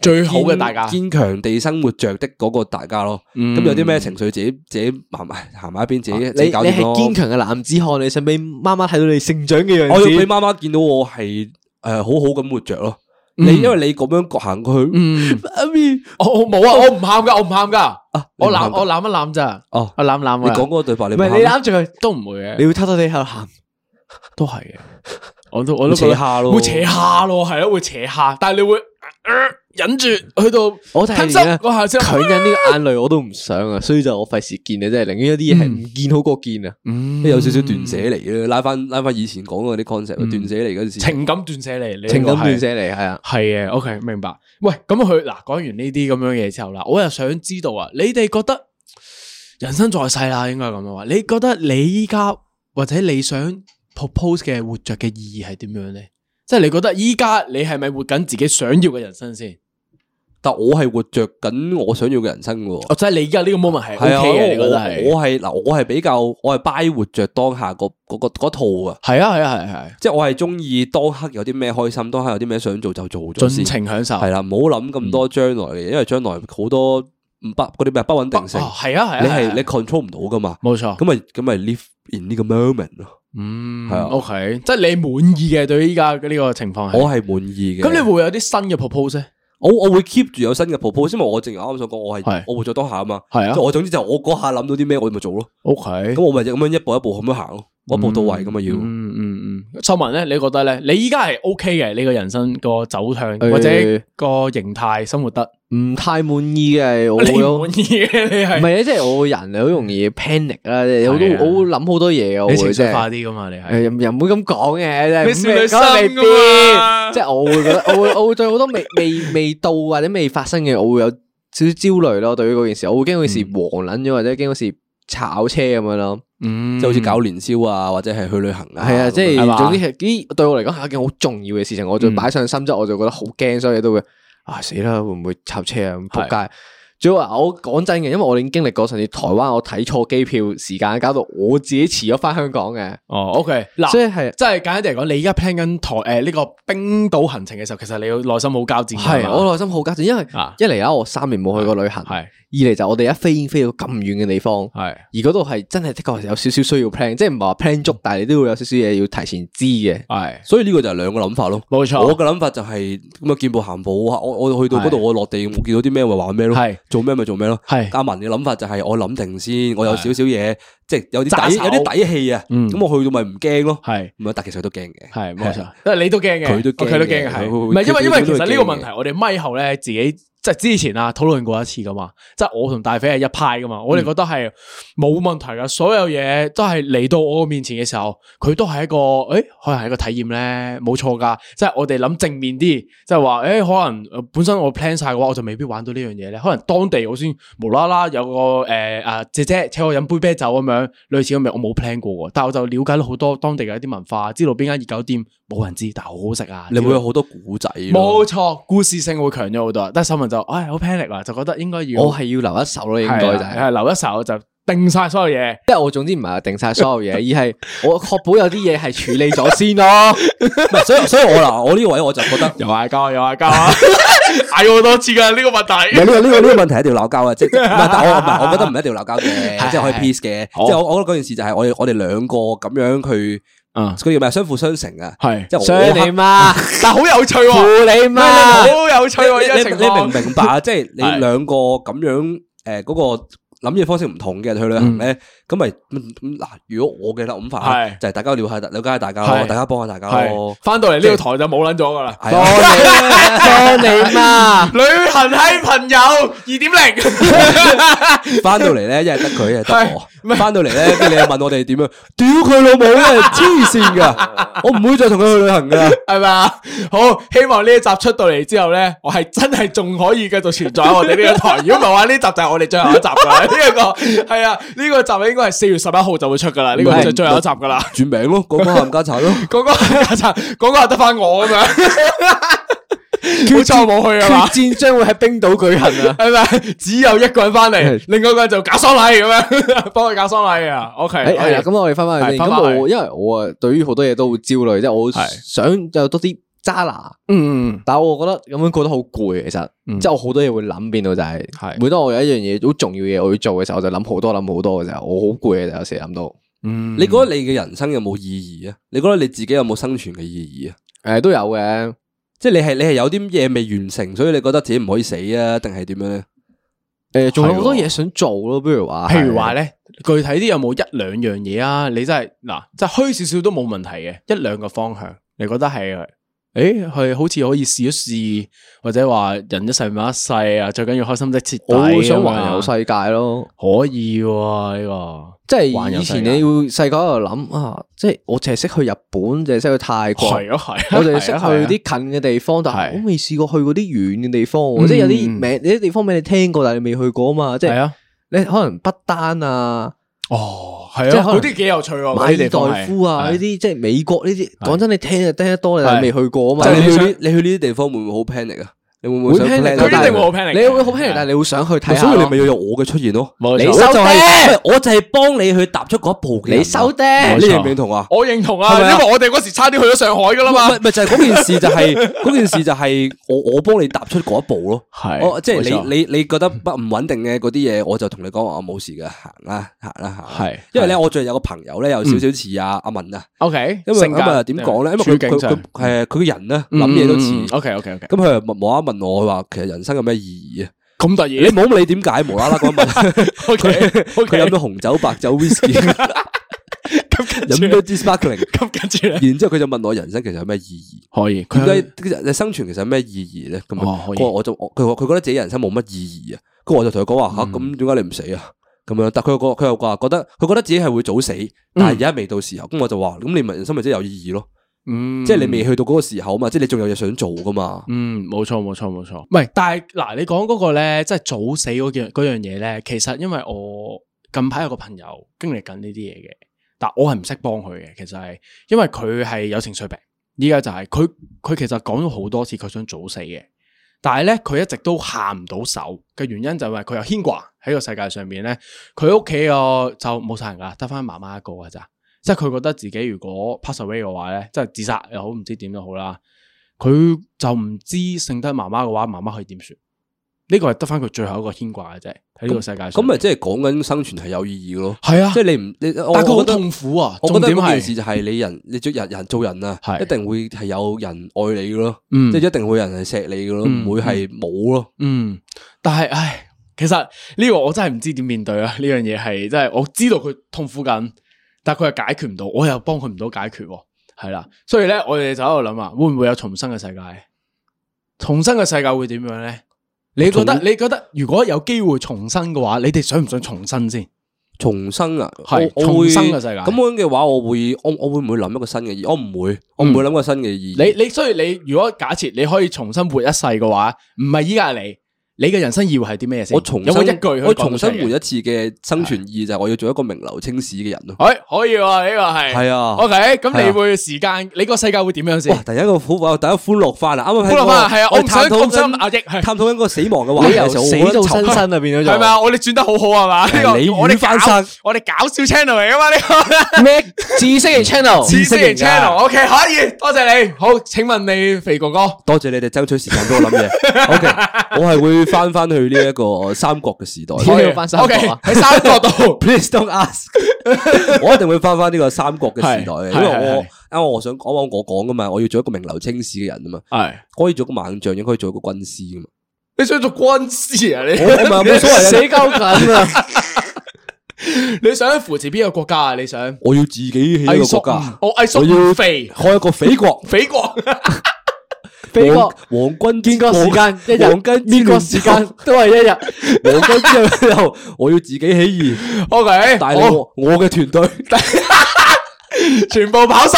[SPEAKER 6] 最好嘅大家嗯
[SPEAKER 5] 堅強地生活着的嗰個大家咯。咁有啲咩情緒自己自己行埋行埋一邊，自己
[SPEAKER 6] 啊
[SPEAKER 4] 你
[SPEAKER 5] 自己
[SPEAKER 4] 啊你
[SPEAKER 5] 搞掂
[SPEAKER 4] 係
[SPEAKER 5] 咯。
[SPEAKER 4] 堅強嘅男子漢，你想俾媽媽睇到你成長嘅
[SPEAKER 5] 我
[SPEAKER 4] 樣
[SPEAKER 5] 要俾
[SPEAKER 4] 子。
[SPEAKER 5] 媽媽見到我係誒好好咁活着咯。
[SPEAKER 6] 嗯
[SPEAKER 5] 你因為你咁樣行過去，媽咪
[SPEAKER 6] 我我冇啊，我唔喊噶，我唔喊噶，
[SPEAKER 5] 啊，
[SPEAKER 6] 我
[SPEAKER 5] 你唔
[SPEAKER 6] 攬
[SPEAKER 5] 喊㗎
[SPEAKER 6] 我攬一攬咋，
[SPEAKER 5] 哦，
[SPEAKER 6] 我攬攬
[SPEAKER 5] 你
[SPEAKER 6] 啊
[SPEAKER 5] 講嗰個對白，你
[SPEAKER 4] 唔
[SPEAKER 5] 唔
[SPEAKER 4] 係
[SPEAKER 5] 喊
[SPEAKER 4] 你攬住佢，
[SPEAKER 6] 都唔會嘅
[SPEAKER 4] 你，要偷偷地喺度喊。
[SPEAKER 6] 都係嘅，我都我都覺
[SPEAKER 5] 扯
[SPEAKER 6] 得
[SPEAKER 5] 下咯，
[SPEAKER 6] 會扯下咯，係咯，會扯下，但係你會呃忍住去到
[SPEAKER 4] 我睇
[SPEAKER 6] time's up
[SPEAKER 4] 嚟
[SPEAKER 6] 嗰下先，
[SPEAKER 4] 強忍呢個眼淚我都唔想啊，所以就我費事見你，真係寧願有啲嘢係唔見好過見
[SPEAKER 6] 嗯
[SPEAKER 4] 啊。
[SPEAKER 5] 有少少斷捨離啊，拉翻拉翻以前講嗰啲 concept，斷
[SPEAKER 6] 嗯
[SPEAKER 5] 捨離嗰陣時。
[SPEAKER 6] 情感斷捨嗯離，你呢個
[SPEAKER 4] 情感斷
[SPEAKER 6] 係
[SPEAKER 4] 捨離係啊，
[SPEAKER 6] 系嘅，OK，明白。喂，咁佢嗱講完呢啲咁樣嘢之後啦，我又想知道啊，你哋覺得人生在世啦，應該咁樣話，你覺得你依家或者你想 propose 嘅活着嘅意義係點樣咧？即係你覺得依家你係咪活緊自己想要嘅人生先？
[SPEAKER 5] 但我係活着緊我想要嘅人生嘅
[SPEAKER 6] 哦，
[SPEAKER 5] 喎。
[SPEAKER 6] 即係你依家呢個 moment 係 OK
[SPEAKER 5] 係
[SPEAKER 6] 嘅，
[SPEAKER 5] 啊，
[SPEAKER 6] 你
[SPEAKER 5] 因為
[SPEAKER 6] 覺得
[SPEAKER 5] 我
[SPEAKER 6] 係？
[SPEAKER 5] 我係嗱，我係比較我係 buy 活着當下嗰嗰個嗰套啊，
[SPEAKER 6] 係啊，係啊，係啊
[SPEAKER 5] 即係我係中意當刻有啲咩開心，當刻有啲咩想做就做
[SPEAKER 6] 係，
[SPEAKER 5] 咗
[SPEAKER 6] 盡
[SPEAKER 5] 先，
[SPEAKER 6] 情享受。
[SPEAKER 5] 係啦，唔好諗咁多將來嘅嘢，因為將來好多唔不嗰啲咩不穩定性，
[SPEAKER 6] 哦係啊，係啊，
[SPEAKER 5] 你
[SPEAKER 6] 係
[SPEAKER 5] 係
[SPEAKER 6] 啊哦
[SPEAKER 5] 你 control 唔到噶嘛，
[SPEAKER 6] 冇錯。
[SPEAKER 5] 咁咪咁咪 live in 呢個 moment 咯，
[SPEAKER 6] 嗯
[SPEAKER 5] 係啊
[SPEAKER 6] ，OK，即係你滿意嘅對於依家嘅呢個情況係。
[SPEAKER 5] 我係滿意嘅。
[SPEAKER 6] 咁你會有啲新嘅 propose 咧？
[SPEAKER 5] 我我會 keep 住有新嘅 proposal，因為我正如啱啱想講，我係
[SPEAKER 6] 係
[SPEAKER 5] 我活在當下啊嘛，
[SPEAKER 6] 係啊
[SPEAKER 5] 即係我總之就我嗰下諗到啲咩我咪做咯，
[SPEAKER 6] O K，
[SPEAKER 5] 咁我咪咁樣一步一步咁樣行咯，我一步到位咁嘛要。
[SPEAKER 6] 嗯嗯嗯，秀文咧，你覺得咧？你依家係 O K 嘅，你個人生個走向
[SPEAKER 4] 誒
[SPEAKER 6] 或者個形態生活得，
[SPEAKER 4] 唔太滿意嘅我
[SPEAKER 6] 你
[SPEAKER 4] 會
[SPEAKER 6] 唔
[SPEAKER 4] 咯
[SPEAKER 6] 滿意嘅，你
[SPEAKER 4] 唔
[SPEAKER 6] 係
[SPEAKER 4] 係啊，即係我個人好容易 panic 啦，即係我
[SPEAKER 6] 係啊
[SPEAKER 4] 都我會諗好多嘢啊，我
[SPEAKER 6] 你
[SPEAKER 4] 會
[SPEAKER 6] 情
[SPEAKER 4] 即
[SPEAKER 6] 緒
[SPEAKER 4] 係
[SPEAKER 6] 化啲噶嘛？你係
[SPEAKER 4] 誒又又唔會咁講嘅，
[SPEAKER 6] 你
[SPEAKER 4] 即係
[SPEAKER 6] 少女心
[SPEAKER 4] 咁未必
[SPEAKER 6] 㗎嘛
[SPEAKER 4] 即係我會覺得， 我會我會對好多未未未到或者未發生嘅，我會有少少焦慮咯。對於嗰件事，我會驚嗰件
[SPEAKER 6] 嗯
[SPEAKER 4] 事黃撚咗，或者驚嗰件事炒車咁樣咯。
[SPEAKER 6] 嗯
[SPEAKER 5] 即係好似搞年宵啊，或者係去旅行啊，
[SPEAKER 4] 係啊，即
[SPEAKER 5] 咁樣
[SPEAKER 4] 係總之係啲對我嚟講係一件好重要嘅事情，我就擺上心之後，我就覺得好驚，所以都會啊死啦，會唔會炒車啊？咁仆街！最好話我講真嘅，因為我已經經歷過上次台灣，我睇錯機票時間，搞到我自己遲咗翻香港嘅，
[SPEAKER 6] 哦，O K，嗱，
[SPEAKER 4] 所以係
[SPEAKER 6] 即係簡單嚟講，你依家 plan 緊台诶呢個冰島行程嘅時候，其實你個內心好交戰㗎嘛。
[SPEAKER 4] 係我內心好急，因為
[SPEAKER 6] 啊
[SPEAKER 4] 一嚟啊，我三年冇去過旅行，
[SPEAKER 6] 係啊
[SPEAKER 4] 二嚟就我哋一飛已經飛到咁遠嘅地方，
[SPEAKER 6] 係
[SPEAKER 4] 而嗰度係真係的確係有少少需要 plan，即係唔係話 plan 足，但係你都會有少少嘢要提前知嘅。
[SPEAKER 6] 係
[SPEAKER 5] 所以呢個就係兩個諗法咯。
[SPEAKER 6] 冇錯
[SPEAKER 5] 我嘅諗法就係咁啊，見步行步，我我去到嗰度，我落地，我見到啲咩咪玩咩咯，
[SPEAKER 6] 係
[SPEAKER 5] 做咩咪做咩咯。
[SPEAKER 6] 係
[SPEAKER 5] 阿文嘅諗法就係我諗定先，我有少少嘢，即係有啲
[SPEAKER 6] 揸
[SPEAKER 5] 底
[SPEAKER 6] 手
[SPEAKER 5] 有啲底氣啊。
[SPEAKER 6] 嗯
[SPEAKER 5] 咁我去到咪唔驚咯。
[SPEAKER 6] 係
[SPEAKER 5] 咁啊，但其實佢都驚嘅。啊
[SPEAKER 6] 係冇錯，因為你都驚嘅，
[SPEAKER 5] 佢都驚嘅
[SPEAKER 6] 哦佢都驚嘅，係
[SPEAKER 5] 佢會
[SPEAKER 6] 唔係因為
[SPEAKER 5] 佢
[SPEAKER 6] 因為
[SPEAKER 5] 佢
[SPEAKER 6] 其
[SPEAKER 5] 都
[SPEAKER 6] 實
[SPEAKER 5] 會
[SPEAKER 6] 呢個問題
[SPEAKER 5] 驚，
[SPEAKER 6] 我哋咪後咧自己即係之前啊討論過一次噶嘛，即係我同大肥係一派噶嘛，我
[SPEAKER 5] 嗯
[SPEAKER 6] 哋覺得係冇問題噶，所有嘢都係嚟到我面前嘅時候，佢都係一個誒，可能係一個體驗咧，冇錯噶，即係我哋諗正面啲，即係話誒，可能呃本身我 plan 晒嘅話，我就未必玩到呢樣嘢咧，可能當地我先無啦啦有個誒啊姐姐請我飲杯啤酒咁樣，類似咁樣，我冇 plan 過喎，但係我就了解到好多當地嘅一啲文化，知道邊間熱狗店冇人知，但係好好食啊，
[SPEAKER 5] 你會有好多古仔咯。
[SPEAKER 6] 冇錯，故事性會強咗好多。但係秀文就唉好 panic 啊，就覺得應該要
[SPEAKER 4] 我係要留一手咯，應該就係、
[SPEAKER 6] 係留一手就定晒所有嘢。
[SPEAKER 4] 即係我總之唔係話定晒所有嘢，而係 我確保有啲嘢係處理咗先咯。
[SPEAKER 5] 唔係所以所以我嗱，我呢個位我就覺得。
[SPEAKER 6] 又嗌交，又嗌交，啊 嗌咗好多次噶呢個 問
[SPEAKER 5] 唔
[SPEAKER 6] 題。
[SPEAKER 5] 係呢個呢個呢個問題一定要鬧交啊！即 係唔係？但我唔係，我覺得唔一定要鬧交嘅，即係可以 peace 嘅。即係我我覺得嗰件事就係我哋我哋兩個咁樣去，
[SPEAKER 6] 嗯
[SPEAKER 5] 嗰叫咩？相輔相成啊！
[SPEAKER 6] 係
[SPEAKER 5] 即係我
[SPEAKER 4] 想你媽，
[SPEAKER 6] 但係好有趣喎，
[SPEAKER 4] 負你媽。
[SPEAKER 6] 好有趣喎！呢
[SPEAKER 5] 你
[SPEAKER 6] 個
[SPEAKER 5] 你
[SPEAKER 6] 情
[SPEAKER 5] 你明唔
[SPEAKER 6] 況
[SPEAKER 5] 明白啊？即係你
[SPEAKER 6] 係
[SPEAKER 5] 兩個咁樣诶，誒嗰個諗嘢方式唔同嘅人去旅行咧，咁咪咁咁嗱，如果我嘅諗法啊
[SPEAKER 6] 係
[SPEAKER 5] 就係大家了解了解下大家
[SPEAKER 6] 係
[SPEAKER 5] 咯，大家幫下大家咯
[SPEAKER 6] 系，翻到嚟呢個台就冇捻咗噶啦。
[SPEAKER 5] 係啊
[SPEAKER 4] 幫 你 嘛，
[SPEAKER 6] 旅行係朋友二點零，
[SPEAKER 5] 翻到嚟咧，一係得佢，一係得我。翻到嚟咧，跟住你又問我哋點樣？屌佢老母啊！黐線 噶，我唔會再同佢去旅行噶。
[SPEAKER 6] 係咪啊？好，希望呢一集出到嚟之後咧，我係真係仲可以繼續存在喺我哋呢個台。如果唔係話，呢集就係我哋最後一集噶啦。呢一個係啊，呢個集應該係四月十一號就會出噶啦。呢個就最後一集噶啦。
[SPEAKER 5] 轉名咯，講翻冚家產咯。
[SPEAKER 6] 嗰個 阿陳，嗰個係得翻我咁樣，好彩我冇去啊嘛。
[SPEAKER 4] 決戰將會喺冰島舉行啊！
[SPEAKER 6] 係咪？只有一個人翻嚟，另外一個人就搞喪禮咁樣， 幫佢搞喪禮啊。OK，
[SPEAKER 4] 系啦，咁我哋翻翻去
[SPEAKER 6] 係
[SPEAKER 4] 先。
[SPEAKER 6] 返返
[SPEAKER 4] 咁
[SPEAKER 6] 去
[SPEAKER 4] 我因為我啊，對於好多嘢都好焦慮，即係我想有多啲渣拿。
[SPEAKER 6] 嗯，
[SPEAKER 4] 但我覺得咁樣過得好攰，其實，即係我好多嘢會諗，變到就係、
[SPEAKER 6] 係
[SPEAKER 4] 每當我有一樣嘢好重要嘅嘢我要做嘅時候，我就諗好多諗好多嘅時候，我好攰嘅就有時諗到，誒、
[SPEAKER 5] 你覺得你嘅人生有冇意義啊？你覺得你自己有冇生存嘅意義啊？
[SPEAKER 4] 都有嘅，
[SPEAKER 5] 即係你係你係有啲嘢未完成，所以你覺得自己唔可以死啊？定係點樣咧？
[SPEAKER 4] 誒仲有好多嘢想做咯，不如話，
[SPEAKER 6] 譬如話咧，具體啲有冇一兩樣嘢啊？你真係嗱，即係虛少少都冇問題嘅，一兩個方向，你覺得係？誒，係好似可以試一試，或者話人一世物一世啊，最緊要開心得徹底咁
[SPEAKER 4] 我
[SPEAKER 6] 樣啊。
[SPEAKER 4] 會想環遊世界咯，
[SPEAKER 6] 可以喎呢個，
[SPEAKER 4] 即
[SPEAKER 6] 環
[SPEAKER 4] 係
[SPEAKER 6] 遊
[SPEAKER 4] 以
[SPEAKER 6] 世
[SPEAKER 4] 前
[SPEAKER 6] 界
[SPEAKER 4] 你會細個喺度諗啊，即係我淨係識去日本，淨係識去泰國。
[SPEAKER 6] 係啊係啊，
[SPEAKER 4] 我淨係識
[SPEAKER 6] 係啊係
[SPEAKER 4] 去
[SPEAKER 6] 啊
[SPEAKER 4] 啲近嘅地方，但係
[SPEAKER 6] 係嗯
[SPEAKER 4] 我未試過去嗰啲遠嘅地方喎，即係有啲名，有啲地方名你聽過，但係你未去過啊嘛，即
[SPEAKER 6] 係
[SPEAKER 4] 係
[SPEAKER 6] 啊，
[SPEAKER 4] 你可能不丹啊，
[SPEAKER 6] 哦係
[SPEAKER 4] 即
[SPEAKER 6] 啊，
[SPEAKER 4] 係可能
[SPEAKER 6] 嗰啲幾有趣喎，嗰
[SPEAKER 4] 馬
[SPEAKER 6] 啲地方
[SPEAKER 4] 爾代夫啊，
[SPEAKER 6] 係
[SPEAKER 4] 呢啲即係美國呢啲，講真你聽就聽得多，你但係
[SPEAKER 6] 係
[SPEAKER 4] 未去過啊嘛
[SPEAKER 5] 但。係
[SPEAKER 6] 係
[SPEAKER 5] 你
[SPEAKER 6] 你
[SPEAKER 5] 去
[SPEAKER 6] 想
[SPEAKER 5] 呢你去呢啲地方會唔會好 panic 啊？你會唔
[SPEAKER 4] 會
[SPEAKER 5] 會想
[SPEAKER 4] panic，
[SPEAKER 5] plan
[SPEAKER 4] 佢一
[SPEAKER 5] 啊
[SPEAKER 6] 佢一定會
[SPEAKER 5] 但係
[SPEAKER 6] 好 panic，
[SPEAKER 4] 你會好 panic，
[SPEAKER 6] 係
[SPEAKER 4] 但係你會想去睇下
[SPEAKER 5] 所以你
[SPEAKER 4] 咯。
[SPEAKER 5] 咪要有我嘅出現咯。
[SPEAKER 6] 冇
[SPEAKER 4] 你
[SPEAKER 6] 錯
[SPEAKER 5] 我
[SPEAKER 4] 收
[SPEAKER 5] 就係
[SPEAKER 4] 爹
[SPEAKER 5] 喂我就係幫你去踏出嗰一步嘅人啊。
[SPEAKER 4] 你收爹
[SPEAKER 5] 你認唔認同啊？
[SPEAKER 6] 我認同
[SPEAKER 5] 係
[SPEAKER 6] 啊，
[SPEAKER 5] 咪啊
[SPEAKER 6] 因為我哋嗰時差啲去咗上海噶啦啊嘛
[SPEAKER 5] 咪。咪就係嗰件事就 係嗰件事就係我我幫你踏出嗰一步咯。哦
[SPEAKER 6] 係
[SPEAKER 5] 我即
[SPEAKER 6] 冇
[SPEAKER 5] 係
[SPEAKER 6] 錯
[SPEAKER 5] 你你你覺得不唔穩定嘅嗰啲嘢，我就同你講話我冇事嘅，行啦行啦行啦。
[SPEAKER 6] 係嗯
[SPEAKER 5] 因為咧我最近有個朋友咧有少少似阿阿文啊，
[SPEAKER 6] O K，
[SPEAKER 5] 因為咁啊
[SPEAKER 6] 嗯
[SPEAKER 5] 點講咧？因為佢佢佢係啊佢個人咧諗嘢都似。
[SPEAKER 6] O K O K O K，
[SPEAKER 5] 咁佢又無啦啦問我，佢話其實人生有咩意義啊？
[SPEAKER 6] 咁突
[SPEAKER 5] 你
[SPEAKER 6] 然
[SPEAKER 5] 唔好理點解無啦啦 咁問，
[SPEAKER 6] ，O K，
[SPEAKER 5] 佢飲咗紅酒、白酒、whisky，飲咗支 sparkling，
[SPEAKER 6] 咁跟住咧，
[SPEAKER 5] 然之後佢就問我人生其實有咩意義？
[SPEAKER 6] 可以，佢
[SPEAKER 5] 點
[SPEAKER 6] 係
[SPEAKER 5] 解其實你生存其實有咩意義咧？咁
[SPEAKER 6] 哦
[SPEAKER 5] 樣
[SPEAKER 6] 可以
[SPEAKER 5] 佢話我就我佢話佢覺得自己人生冇乜意義啊。跟住我就同佢講
[SPEAKER 6] 嗯
[SPEAKER 5] 話吓，咁點解你唔死啊？咁樣，但佢又講佢又話覺得佢覺得自己係會早死，
[SPEAKER 6] 嗯
[SPEAKER 5] 但係而家未到時候。咁我就話咁你咪人生咪真係有意義咯？
[SPEAKER 6] 嗯
[SPEAKER 5] 即係你未去到嗰個時候嘛，即係你仲有嘢想做噶嘛？
[SPEAKER 6] 嗯，冇錯冇錯冇錯，唔係，但係嗱，你講嗰個咧，即係早死嗰件嗰樣嘢咧，其實因為我近排有個朋友經歷緊呢啲嘢嘅，但我係唔識幫佢嘅，其實係因為佢係有情緒病，依家就係佢佢其實講咗好多次佢想早死嘅，但係咧佢一直都下唔到手嘅原因就係因為佢有牽掛喺個世界上面咧，佢屋企個就冇晒人噶，得翻媽媽一個噶咋，即係佢覺得自己如果 pass away 嘅話咧，即係自殺又好，唔知點都好啦。佢就唔知剩得媽媽嘅話，媽媽可以點算？呢個係得翻佢最後一個牽掛嘅啫，喺呢個世界上。
[SPEAKER 5] 咁咪即係講緊生存係有意義咯。
[SPEAKER 6] 係啊
[SPEAKER 5] 即係你唔你，我
[SPEAKER 6] 但係佢
[SPEAKER 5] 我
[SPEAKER 6] 好
[SPEAKER 5] 覺得
[SPEAKER 6] 痛苦啊！
[SPEAKER 5] 我覺
[SPEAKER 6] 重
[SPEAKER 5] 得
[SPEAKER 6] 點
[SPEAKER 5] 嗰件事
[SPEAKER 6] 係，
[SPEAKER 5] 就係你人， 你做人人做人啊，
[SPEAKER 6] 係
[SPEAKER 5] 一定會係有人愛你嘅咯，
[SPEAKER 6] 嗯
[SPEAKER 5] 即係一定會有人係錫你嘅咯，
[SPEAKER 6] 嗯
[SPEAKER 5] 唔會係冇咯。
[SPEAKER 6] 嗯，但係唉，其實呢個我真係唔知點面對啊！呢樣嘢係真係我知道佢痛苦緊，但係佢又解決唔到，我又幫佢唔到解決喎，係啦。所以咧，我哋就喺度諗啊，會唔會有重生嘅世界？重生嘅世界會點樣咧？你覺得你覺得如果有機會重生嘅話，你哋想唔想重生先？
[SPEAKER 5] 重生啊，
[SPEAKER 6] 係
[SPEAKER 5] 我我會
[SPEAKER 6] 重生嘅世界
[SPEAKER 5] 咁樣嘅話，我會我我會唔會諗一個新嘅意義？我唔會，我唔會諗個新嘅意義。
[SPEAKER 6] 嗯你你所以你如果假設你可以重新活一世嘅話，唔係依家係你，你嘅人生意會係啲咩先？
[SPEAKER 5] 我重
[SPEAKER 6] 有冇
[SPEAKER 5] 生
[SPEAKER 6] 一句可以講
[SPEAKER 5] 我重
[SPEAKER 6] 到
[SPEAKER 5] 新
[SPEAKER 6] 出嚟
[SPEAKER 5] 活一次嘅生存意義就係我要做一個名流青史嘅人咯。
[SPEAKER 6] 哎，可以喎，呢個係哦
[SPEAKER 5] 係啊
[SPEAKER 6] ，OK，咁
[SPEAKER 5] 係
[SPEAKER 6] 你
[SPEAKER 5] 啊
[SPEAKER 6] 會時間，你個世界會點樣
[SPEAKER 5] 哇！
[SPEAKER 6] 先？
[SPEAKER 5] 突然一個好，我突然間歡樂翻啦，啱啱喺
[SPEAKER 6] 歡樂翻
[SPEAKER 5] 個
[SPEAKER 6] 係啊
[SPEAKER 5] 哋
[SPEAKER 6] 我唔想
[SPEAKER 5] 探討
[SPEAKER 6] 我唔想
[SPEAKER 5] 緊
[SPEAKER 6] 壓抑係
[SPEAKER 5] 探討緊個死亡嘅話
[SPEAKER 4] 你
[SPEAKER 5] 題
[SPEAKER 4] 由
[SPEAKER 5] 嘅時候，
[SPEAKER 4] 死到 新
[SPEAKER 5] 身。
[SPEAKER 4] 生啊，變咗
[SPEAKER 6] 係咪
[SPEAKER 4] 做
[SPEAKER 6] 啊？我哋轉得好好係嘛？呢
[SPEAKER 5] 你
[SPEAKER 6] 個我
[SPEAKER 5] 語
[SPEAKER 6] 哋
[SPEAKER 5] 翻
[SPEAKER 6] 搞
[SPEAKER 5] 身
[SPEAKER 6] 我哋搞笑 channel 嚟噶嘛？呢個
[SPEAKER 4] 咩知識型 channel？
[SPEAKER 6] 知識型
[SPEAKER 5] 型啊
[SPEAKER 6] channel，OK，可以，多謝你。好，請問你肥哥哥，
[SPEAKER 5] 多謝你哋爭取時間俾我諗嘢。OK，我係會翻翻去呢一個三國 嘅時代。
[SPEAKER 4] 屌你要翻三國
[SPEAKER 6] OK，
[SPEAKER 4] 啊！
[SPEAKER 6] 喺三角 度
[SPEAKER 5] Please don't ask 。我一定會翻翻呢個三國嘅時代嘅，因為
[SPEAKER 6] 係係
[SPEAKER 5] 我啱啱我想講我講噶嘛，我要做一個名流青史嘅人啊嘛，
[SPEAKER 6] 係
[SPEAKER 5] 我可以做一個猛將，亦可以做一個軍師噶嘛。
[SPEAKER 6] 你想做軍師啊？
[SPEAKER 5] 我唔
[SPEAKER 6] 你
[SPEAKER 5] 係冇所謂啊，
[SPEAKER 4] 鳩紧啊！
[SPEAKER 6] 你想扶持邊個國家啊？你想
[SPEAKER 5] 我要自己起一個
[SPEAKER 6] 魏
[SPEAKER 5] 國
[SPEAKER 6] 國
[SPEAKER 4] 啊
[SPEAKER 5] 家，
[SPEAKER 6] 我魏
[SPEAKER 5] 我
[SPEAKER 6] 叔
[SPEAKER 5] 要
[SPEAKER 6] 肥
[SPEAKER 5] 開一個匪國，
[SPEAKER 6] 肥國，
[SPEAKER 4] 美
[SPEAKER 5] 王
[SPEAKER 4] 國
[SPEAKER 5] 王軍
[SPEAKER 4] 建國時間一日，
[SPEAKER 5] 黃金
[SPEAKER 4] 建國時間都係一 日。
[SPEAKER 5] 王軍之後，我要自己起義，
[SPEAKER 6] O K，
[SPEAKER 5] 帶領
[SPEAKER 4] 哦
[SPEAKER 5] 我我嘅團隊。
[SPEAKER 6] 全部跑瘦。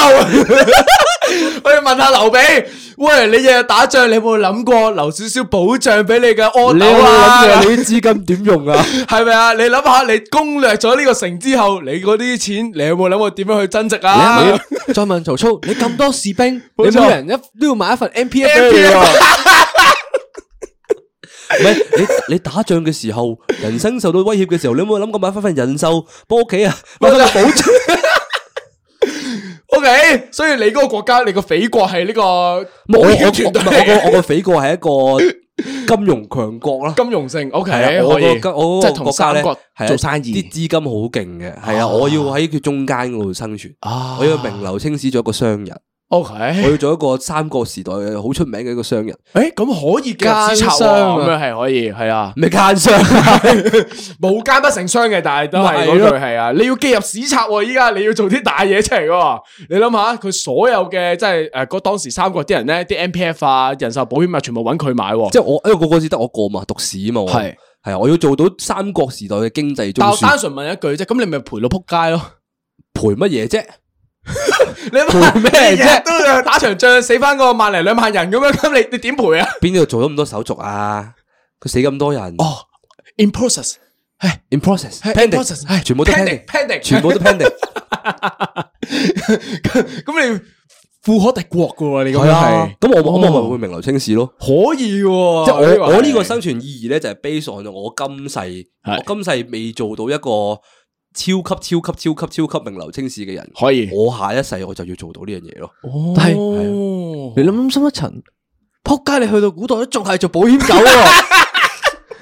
[SPEAKER 6] 我哋問下劉備，喂，你日日打仗，你有冇諗過留少少保障俾你嘅安
[SPEAKER 5] 你有
[SPEAKER 6] 斗
[SPEAKER 5] 冇諗
[SPEAKER 6] 啊
[SPEAKER 5] 過？你啲資金點用啊？
[SPEAKER 6] 係咪啊？你諗下，你攻略咗呢個城之後，你嗰啲錢，你有冇諗過點樣去增值啊？
[SPEAKER 4] 你再問曹操，你咁多士兵，
[SPEAKER 6] 冇
[SPEAKER 4] 你
[SPEAKER 6] 錯
[SPEAKER 4] 每人一都要買一份 M P F 俾你
[SPEAKER 6] MPF
[SPEAKER 4] 喎。
[SPEAKER 5] 唔係你你打仗嘅時候，人生受到威脅嘅時候，你有冇諗過買翻份人壽幫屋企啊？買翻個保障。
[SPEAKER 6] O、k 所以你嗰個國家，你個匪國係呢個
[SPEAKER 5] 我我
[SPEAKER 6] 保
[SPEAKER 5] 我
[SPEAKER 6] 險團
[SPEAKER 5] 我
[SPEAKER 6] 隊
[SPEAKER 5] 個我個匪國係一個金融強國 啦。
[SPEAKER 6] 金融性，O
[SPEAKER 5] 係
[SPEAKER 6] K，
[SPEAKER 5] 啊，我
[SPEAKER 6] 可以，
[SPEAKER 5] 個我
[SPEAKER 6] 即係
[SPEAKER 5] 嗰個
[SPEAKER 6] 同
[SPEAKER 5] 國家
[SPEAKER 6] 三
[SPEAKER 5] 咧
[SPEAKER 6] 國
[SPEAKER 5] 係啊
[SPEAKER 6] 做生
[SPEAKER 5] 啲
[SPEAKER 6] 意
[SPEAKER 5] 資金好勁嘅，係啊，我要喺佢中間嗰度生存，
[SPEAKER 6] 啊
[SPEAKER 5] 我要名流青史做一個商人，
[SPEAKER 6] ，O
[SPEAKER 5] 我
[SPEAKER 6] K，
[SPEAKER 5] 要做一個三國時代嘅好出名嘅一個商人，
[SPEAKER 6] 誒咁可以嘅，
[SPEAKER 4] 奸
[SPEAKER 6] 私策喎
[SPEAKER 4] 商啊
[SPEAKER 6] 咁樣係可以，係啊，
[SPEAKER 5] 咩奸商？
[SPEAKER 6] 無奸不成商嘅，但係都係
[SPEAKER 5] 咪
[SPEAKER 6] 嗰
[SPEAKER 5] 係咯
[SPEAKER 6] 句係啊，你要記入史冊喎，依家你要做啲大嘢出嚟嘅喎，你諗下佢所有嘅即係誒嗰當時三國啲人咧，啲 M P F 啊、人壽保險啊，全部揾佢買喎，
[SPEAKER 5] 即係我，因為個個只得我個嘛，讀史嘛，我
[SPEAKER 6] 係
[SPEAKER 5] 係啊，我要做到三國時代嘅經濟中
[SPEAKER 6] 但我單
[SPEAKER 5] 樞，
[SPEAKER 6] 純問一句啫，咁你咪賠到撲街咯。
[SPEAKER 5] 賠乜嘢啫？
[SPEAKER 6] 你
[SPEAKER 5] 賠咩啫
[SPEAKER 6] 日日都有打場仗死翻個萬零兩萬人咁樣， 咁你你點賠啊
[SPEAKER 5] 邊度做咗咁多手續啊？佢死咁多人
[SPEAKER 6] ？In process，
[SPEAKER 5] 哦，in process
[SPEAKER 6] 係 in process，係
[SPEAKER 5] pending，全部都
[SPEAKER 6] pending，
[SPEAKER 5] pending
[SPEAKER 6] pending
[SPEAKER 5] 全部都 pending，
[SPEAKER 6] 咁你富可敵國噶喎，你咁
[SPEAKER 5] 係
[SPEAKER 6] 樣
[SPEAKER 5] 啊
[SPEAKER 6] 係。
[SPEAKER 5] 咁我咁我咪會名流青史咯。
[SPEAKER 6] 可以喎。
[SPEAKER 5] 即係我我呢個
[SPEAKER 6] 個
[SPEAKER 5] 生存意義咧，就係 base on 我今世，我今世未做到一個超級超級超級超級名流青史嘅人，
[SPEAKER 6] 可以
[SPEAKER 5] 我下一世我就要做到呢樣嘢咯。
[SPEAKER 4] 但係你諗深一層，扑街！你去到古代都仲係做保險狗喎。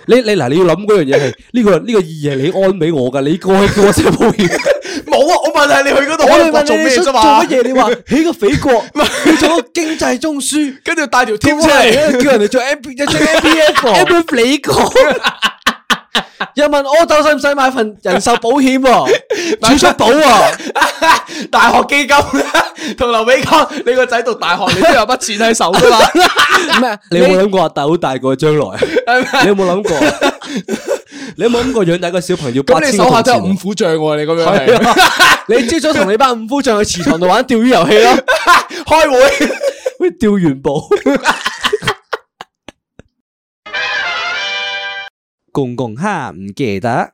[SPEAKER 5] 你你嗱，你要 諗嗰樣嘢係呢個呢個意義係你安俾我噶，你過去叫我寫保險，
[SPEAKER 6] 冇啊！我問下你去嗰度
[SPEAKER 4] 我
[SPEAKER 6] 可以
[SPEAKER 4] 哋
[SPEAKER 6] 國
[SPEAKER 4] 問
[SPEAKER 6] 做
[SPEAKER 4] 你
[SPEAKER 6] 咩
[SPEAKER 4] 你想
[SPEAKER 6] 啫
[SPEAKER 4] 做
[SPEAKER 6] 嘛
[SPEAKER 4] 乜？嘢？ 你話起個匪國，要做個經濟中枢。
[SPEAKER 6] 跟住帶條貼出
[SPEAKER 4] 出嚟
[SPEAKER 6] 嚟，
[SPEAKER 4] 叫人哋做 M P 一張 M P F M P F 你講，又問我斗使唔使買份人壽保險 喎，儲蓄保喎，
[SPEAKER 6] 大學基金同劉美講，你個仔讀大學，你都有筆錢喺 手噶嘛？
[SPEAKER 4] 咩？
[SPEAKER 5] 你有冇諗過阿豆大個將 來？啊你有冇諗過？ 你有冇諗過養大個小朋友八
[SPEAKER 6] 咁你
[SPEAKER 5] 千
[SPEAKER 6] 手下
[SPEAKER 5] 個啊
[SPEAKER 6] 真係
[SPEAKER 5] 銅
[SPEAKER 6] 五虎將喎，你咁樣
[SPEAKER 4] 你
[SPEAKER 6] 係
[SPEAKER 4] 你朝早同你班五夫將去池塘度玩釣魚遊戲咯，
[SPEAKER 6] 開會。
[SPEAKER 5] 錢，釣元寶。公公哈唔記得。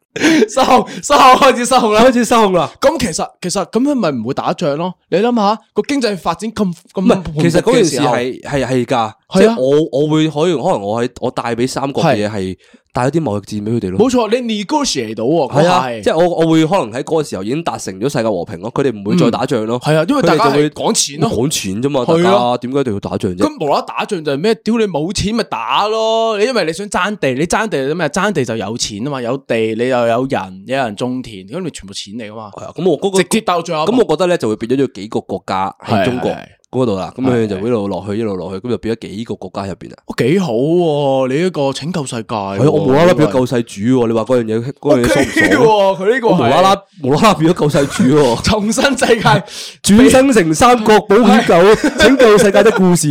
[SPEAKER 6] 失控，失控開始失控啦，
[SPEAKER 5] 開始收控啦。
[SPEAKER 6] 咁其實其實咁佢咪唔會打仗咯？你諗下個經濟發展咁咁
[SPEAKER 5] 唔係，其實嗰件事
[SPEAKER 6] 係
[SPEAKER 5] 係係係㗎，即
[SPEAKER 6] 係啊
[SPEAKER 5] 係我我會可能可能我喺我帶俾三國嘅嘢係帶咗啲貿易戰俾佢哋咯。
[SPEAKER 6] 冇錯，你 negotiate 到喎，
[SPEAKER 5] 係啊，
[SPEAKER 6] 嗰
[SPEAKER 5] 即
[SPEAKER 6] 下係
[SPEAKER 5] 係我我會可能喺嗰個時候已經達成咗世界和平咯，佢哋唔會再打仗咯。
[SPEAKER 6] 係啊，因為
[SPEAKER 5] 佢
[SPEAKER 6] 大
[SPEAKER 5] 哋
[SPEAKER 6] 家
[SPEAKER 5] 就
[SPEAKER 6] 會
[SPEAKER 5] 會
[SPEAKER 6] 講錢咯。
[SPEAKER 5] 講錢啫嘛，大
[SPEAKER 6] 係啊
[SPEAKER 5] 家點解一定要打仗啫？
[SPEAKER 6] 咁無啦啦打仗就係咩？屌你冇錢咪打咯！你因為你想爭地，你爭地咩？爭地就有錢啊嘛，有地你又有人，有人種田，咁你全部錢嚟噶嘛，
[SPEAKER 5] 係啊，咁我嗰個
[SPEAKER 6] 直接鬥最後一步
[SPEAKER 5] 咁，我覺得咧就會變咗咗幾個國家
[SPEAKER 6] 係
[SPEAKER 5] 喺中國
[SPEAKER 6] 係
[SPEAKER 5] 嗰度啦，咁佢就一路落去一路落去，咁就變咗幾個國家入邊啊。
[SPEAKER 6] 哦幾好喎！你呢個拯救世界喎，
[SPEAKER 5] 係啊，我無啦啦變咗
[SPEAKER 6] 呢
[SPEAKER 5] 救世主喎，你話嗰樣嘢
[SPEAKER 6] 個
[SPEAKER 5] 嗰樣嘢 爽唔
[SPEAKER 6] 係 OK
[SPEAKER 5] 爽？
[SPEAKER 6] 喎佢呢個
[SPEAKER 5] 我無啦
[SPEAKER 6] 係
[SPEAKER 5] 啦無啦啦變咗救世主喎。
[SPEAKER 6] 重新世界。
[SPEAKER 5] 轉生成三國保險狗，拯救世界的故事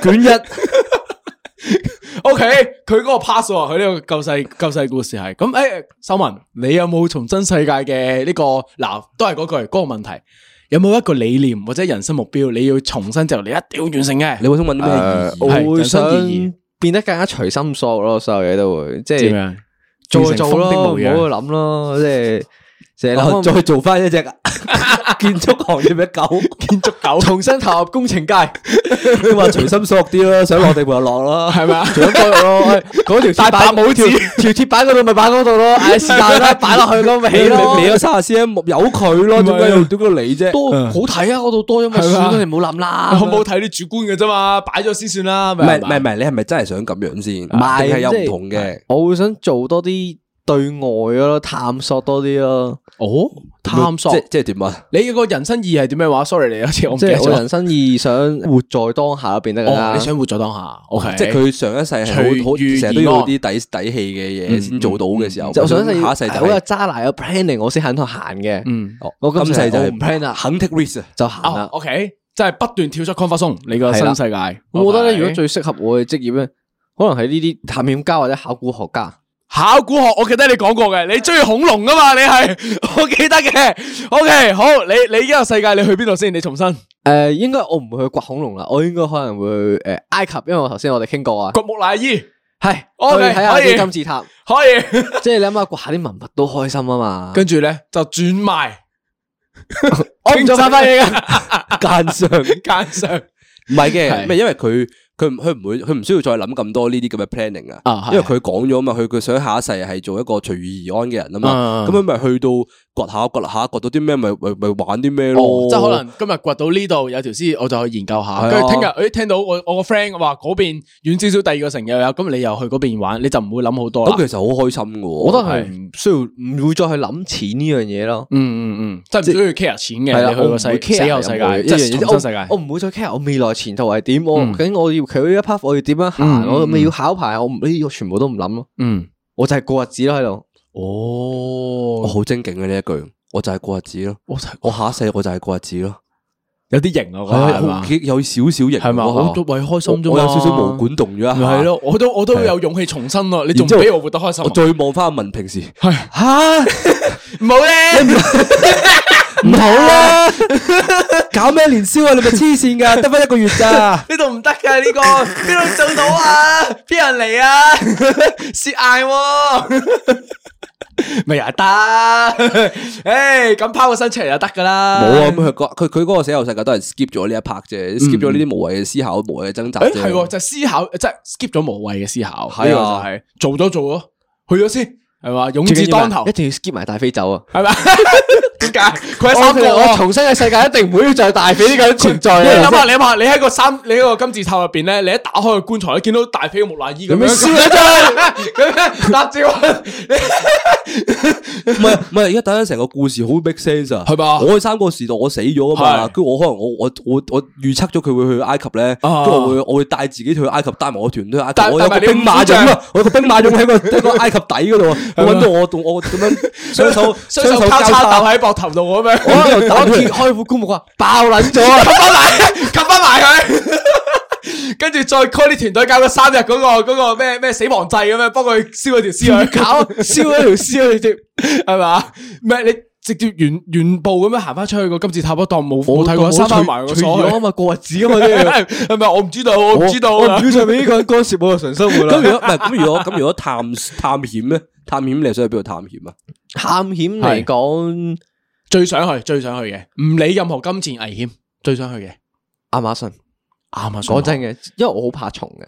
[SPEAKER 5] 卷一，
[SPEAKER 6] O K，佢嗰個 pass 喎，佢呢個救世救世故事係咁。誒，秀文，你有冇從真世界嘅呢個嗱，都係嗰句嗰個問題，有冇一個理念或者人生目標，你要重新之後你一定要完成嘅？
[SPEAKER 5] 你會想問啲
[SPEAKER 4] Ờ.
[SPEAKER 5] 咩意義？
[SPEAKER 6] 係人生意義
[SPEAKER 4] 變得更加隨心所欲咯，所有嘢都會即
[SPEAKER 6] 點
[SPEAKER 4] 係
[SPEAKER 6] 樣？
[SPEAKER 4] 做就
[SPEAKER 6] 變成
[SPEAKER 4] 做
[SPEAKER 6] 風的
[SPEAKER 4] 咯，唔好
[SPEAKER 6] 模
[SPEAKER 4] 去
[SPEAKER 6] 樣
[SPEAKER 4] 諗咯，即係成日
[SPEAKER 5] 然後
[SPEAKER 4] 諗
[SPEAKER 5] 再 做翻一隻建築行業嘅狗，
[SPEAKER 6] 建築狗
[SPEAKER 4] 重新投入工程界，
[SPEAKER 5] 你話隨心所欲啲啦，想落地咪落啦，
[SPEAKER 6] 係咪啊？
[SPEAKER 4] 想多 肉咯，哎嗰條
[SPEAKER 6] 大
[SPEAKER 4] 鐵
[SPEAKER 6] 白
[SPEAKER 4] 板
[SPEAKER 6] 帽
[SPEAKER 4] 條
[SPEAKER 6] 子
[SPEAKER 4] 條鐵板嗰度咪擺嗰度咯，唉是 但啦，擺落去咯咪起咯，
[SPEAKER 5] 你有卅 cm 由佢咯，點解要點解要你啫？
[SPEAKER 4] 多好睇啊！嗰度多咗咪
[SPEAKER 6] 嗯係嘛
[SPEAKER 4] 算啦，你唔好諗啦。
[SPEAKER 6] 我冇睇啲主觀嘅啫嘛，擺咗先算啦。
[SPEAKER 5] 唔
[SPEAKER 6] 咪啊
[SPEAKER 5] 係唔
[SPEAKER 6] 係
[SPEAKER 5] 係
[SPEAKER 6] 咪
[SPEAKER 5] 唔係，你係咪真係想咁樣先？
[SPEAKER 4] 唔
[SPEAKER 6] 啊
[SPEAKER 4] 係
[SPEAKER 5] 定係有
[SPEAKER 4] 即係
[SPEAKER 5] 唔同嘅？
[SPEAKER 4] 我會想做多啲對外咯，探索多啲咯。
[SPEAKER 6] 哦，探索
[SPEAKER 5] 即即係點啊？
[SPEAKER 6] 你個人生意義係點樣話？sorry 你，好似我唔記
[SPEAKER 4] 即
[SPEAKER 6] 得
[SPEAKER 4] 係我啊
[SPEAKER 6] 咗。
[SPEAKER 4] 人生意義想活在當下入邊得㗎
[SPEAKER 6] 哦，
[SPEAKER 4] 啦
[SPEAKER 6] 你。想活在當下，OK，
[SPEAKER 5] 即係佢上一世係
[SPEAKER 6] 隨
[SPEAKER 5] 好好
[SPEAKER 6] 遇
[SPEAKER 5] 成日都要
[SPEAKER 6] 而
[SPEAKER 5] 有
[SPEAKER 6] 安
[SPEAKER 5] 啲底底氣嘅嘢先做到嘅時候，
[SPEAKER 4] 就想
[SPEAKER 5] 佢下一世就
[SPEAKER 4] 好有
[SPEAKER 5] 係
[SPEAKER 4] 揸拿有 planning，我先肯去行嘅。
[SPEAKER 6] 嗯
[SPEAKER 5] 哦
[SPEAKER 4] 我今
[SPEAKER 5] 今
[SPEAKER 4] 世
[SPEAKER 5] 世
[SPEAKER 4] 就
[SPEAKER 5] 就
[SPEAKER 4] 係
[SPEAKER 5] 係
[SPEAKER 4] 唔 plan 啦，
[SPEAKER 5] 肯 take risk à? 啊。
[SPEAKER 4] 就行
[SPEAKER 6] 哦
[SPEAKER 4] 啦。
[SPEAKER 6] ，OK，即係不斷跳出 comfort zone，你個
[SPEAKER 4] 係啦
[SPEAKER 6] 新世界。
[SPEAKER 4] 我覺得咧，
[SPEAKER 6] OK
[SPEAKER 4] 如果最適合我嘅職業咧，可能係呢啲探險家或者考古學家。
[SPEAKER 6] 考古學，我記得你講過嘅，你中意恐龍噶嘛？你係 我記得嘅。OK，好，你你依個世界你去邊度先？你重新
[SPEAKER 4] 誒，應該我唔會去掘恐龍啦，我應該可能會去誒埃及，因為我頭先我哋傾過啊，
[SPEAKER 6] 掘木乃伊
[SPEAKER 4] 係
[SPEAKER 6] OK，
[SPEAKER 4] 去睇下
[SPEAKER 6] 可以
[SPEAKER 4] 啲金字塔，
[SPEAKER 6] 可以，
[SPEAKER 4] 即係你諗下掘下啲文物都開心啊嘛。
[SPEAKER 6] 跟住咧就轉 賣，
[SPEAKER 4] 我唔做翻翻嘢噶，
[SPEAKER 5] 奸商
[SPEAKER 6] 奸商。
[SPEAKER 5] 唔係嘅，咩？因為佢佢唔佢唔會佢唔需要再諗咁多呢啲咁嘅 planning
[SPEAKER 6] 啊
[SPEAKER 5] 啊，
[SPEAKER 6] 係
[SPEAKER 5] 因為佢講咗嘛，佢佢想下一世係做一個隨遇而安嘅人啊
[SPEAKER 6] 啊
[SPEAKER 5] 嘛，咁樣咪去到掘下掘下掘到啲咩咪咪咪玩啲咩咯，
[SPEAKER 6] 哦即係可能今日掘到呢度有條屍，我就去研究下。
[SPEAKER 5] 啊
[SPEAKER 6] 跟住聽日，誒聽到我我個 friend 話嗰邊遠少少第二個城又有，咁你又去嗰邊玩，你就唔會諗好多啦
[SPEAKER 5] 咁。其實好開心噶，
[SPEAKER 4] 我
[SPEAKER 5] 我
[SPEAKER 4] 覺得係唔需要，唔會再去諗錢呢樣嘢咯。
[SPEAKER 6] 嗯嗯嗯，即係唔需要 care 錢
[SPEAKER 4] 係
[SPEAKER 6] 嘅，
[SPEAKER 4] 啦，
[SPEAKER 6] 你
[SPEAKER 4] 我
[SPEAKER 6] 去
[SPEAKER 4] 唔
[SPEAKER 6] 個世
[SPEAKER 4] 會 care
[SPEAKER 6] 死後世界，即係
[SPEAKER 4] 任
[SPEAKER 6] 重
[SPEAKER 4] 何嘢
[SPEAKER 6] 新世界。
[SPEAKER 4] 我我唔會再 care 我未來前途係點，我
[SPEAKER 6] 嗯
[SPEAKER 4] 究竟我要佢呢一 part 我要點樣行，
[SPEAKER 6] 嗯
[SPEAKER 4] 我咪要考牌，我唔呢個全部都唔諗咯，
[SPEAKER 6] 嗯，
[SPEAKER 4] 我就係過日子咯喺度。
[SPEAKER 5] 我
[SPEAKER 6] 哦，
[SPEAKER 5] 好精勁嘅呢一句，我就係過日子咯，
[SPEAKER 6] 我睇
[SPEAKER 5] 我下一世我就係過日子咯，
[SPEAKER 6] 有啲型啊，我覺得係
[SPEAKER 5] 係
[SPEAKER 6] 嘛
[SPEAKER 5] 啊，？有少少型喎，
[SPEAKER 6] 係嘛？
[SPEAKER 5] 嗰下
[SPEAKER 6] 我都為開心啫嘛
[SPEAKER 5] 我有少少毛管動咗一
[SPEAKER 6] 咪
[SPEAKER 5] 下，
[SPEAKER 6] 係，咯，我都我都有勇氣重生咯。你仲唔俾我活得開心啊？
[SPEAKER 5] 我再望翻文平時，
[SPEAKER 6] 唔好咧，
[SPEAKER 5] 唔好啦，搞咩年宵啊？你咪黐線噶， 得翻一個月咋？
[SPEAKER 6] 呢度唔得噶呢個，邊度做到啊？邊人嚟啊？ 涉嗌喎，咪又係 得？誒，咁拋個身出嚟就得噶啦。
[SPEAKER 5] 冇啊！咁佢嗰佢佢嗰個寫後世界都係 skip 咗呢一 part 啫，skip 咗呢啲無謂嘅思考、無謂嘅掙扎
[SPEAKER 6] 誒，
[SPEAKER 5] 啫。
[SPEAKER 6] 係喎就係思考，即係 skip 咗無謂嘅思考。
[SPEAKER 5] 係啊
[SPEAKER 6] 呢個就係做咗做咯，去咗先係嘛？勇字當頭
[SPEAKER 4] 啊一定要 skip 埋大飛走啊！
[SPEAKER 6] 係嘛？點解？佢喺
[SPEAKER 4] 我
[SPEAKER 6] 三個
[SPEAKER 4] 我
[SPEAKER 6] 喎。
[SPEAKER 4] 重生嘅世界一定唔會再大飛呢個存 在
[SPEAKER 6] 你諗
[SPEAKER 4] 啊！
[SPEAKER 6] 下，你諗下，你喺個三，你喺個金字塔入邊咧，你一打開個棺材，你見到大飛嘅木乃伊咁樣，
[SPEAKER 4] 笑
[SPEAKER 6] 咁樣搭住我，
[SPEAKER 5] 唔係唔係，而家等緊成個故事好 make sense 啊！
[SPEAKER 6] 係嘛
[SPEAKER 5] 我喺三個時代我死咗啊嘛，
[SPEAKER 6] 係
[SPEAKER 5] 跟住我可能我我我我預測咗佢會去埃及咧，跟
[SPEAKER 6] 啊
[SPEAKER 5] 住我會我會帶自己去埃及，帶埋我團隊去埃及
[SPEAKER 6] 帶。
[SPEAKER 5] 我
[SPEAKER 6] 帶
[SPEAKER 5] 有
[SPEAKER 6] 埋
[SPEAKER 5] 個
[SPEAKER 6] 你五
[SPEAKER 5] 兵馬
[SPEAKER 6] 虎將
[SPEAKER 5] 俑啊！我有個兵馬俑 喺個喺個埃及底嗰度啊，我揾到我同我咁樣雙手
[SPEAKER 6] 雙手交叉搭喺膊頭度咁樣，
[SPEAKER 4] 我我揭開副棺木啊，爆捻咗啊！
[SPEAKER 6] 翻埋，冚翻埋佢。跟住再 call 啲團隊搞個三日嗰、個嗰、個咩咩死亡祭咁樣，幫佢燒咗條屍去 搞，燒咗條屍去直接係嘛？咩你直接原原步咁樣行翻出去個金字塔嗰檔冇冇睇過，閂翻埋個鎖
[SPEAKER 4] 我
[SPEAKER 6] 去。
[SPEAKER 4] 咪過日子啊嘛！
[SPEAKER 6] 係咪？我唔知道，我唔知道
[SPEAKER 4] 我
[SPEAKER 6] 啊
[SPEAKER 4] 唔。表上面呢個人干涉我嘅純生活啦。
[SPEAKER 5] 咁如果唔係咁如果咁如果探探險咧，探險你係想去邊度探險啊？
[SPEAKER 4] 探險嚟講，
[SPEAKER 6] 最想去，最想去嘅，唔理任何金錢危險，最想去嘅。
[SPEAKER 4] 亞馬遜
[SPEAKER 6] 啱啊，
[SPEAKER 4] 講，真嘅，因為我好怕蟲嘅。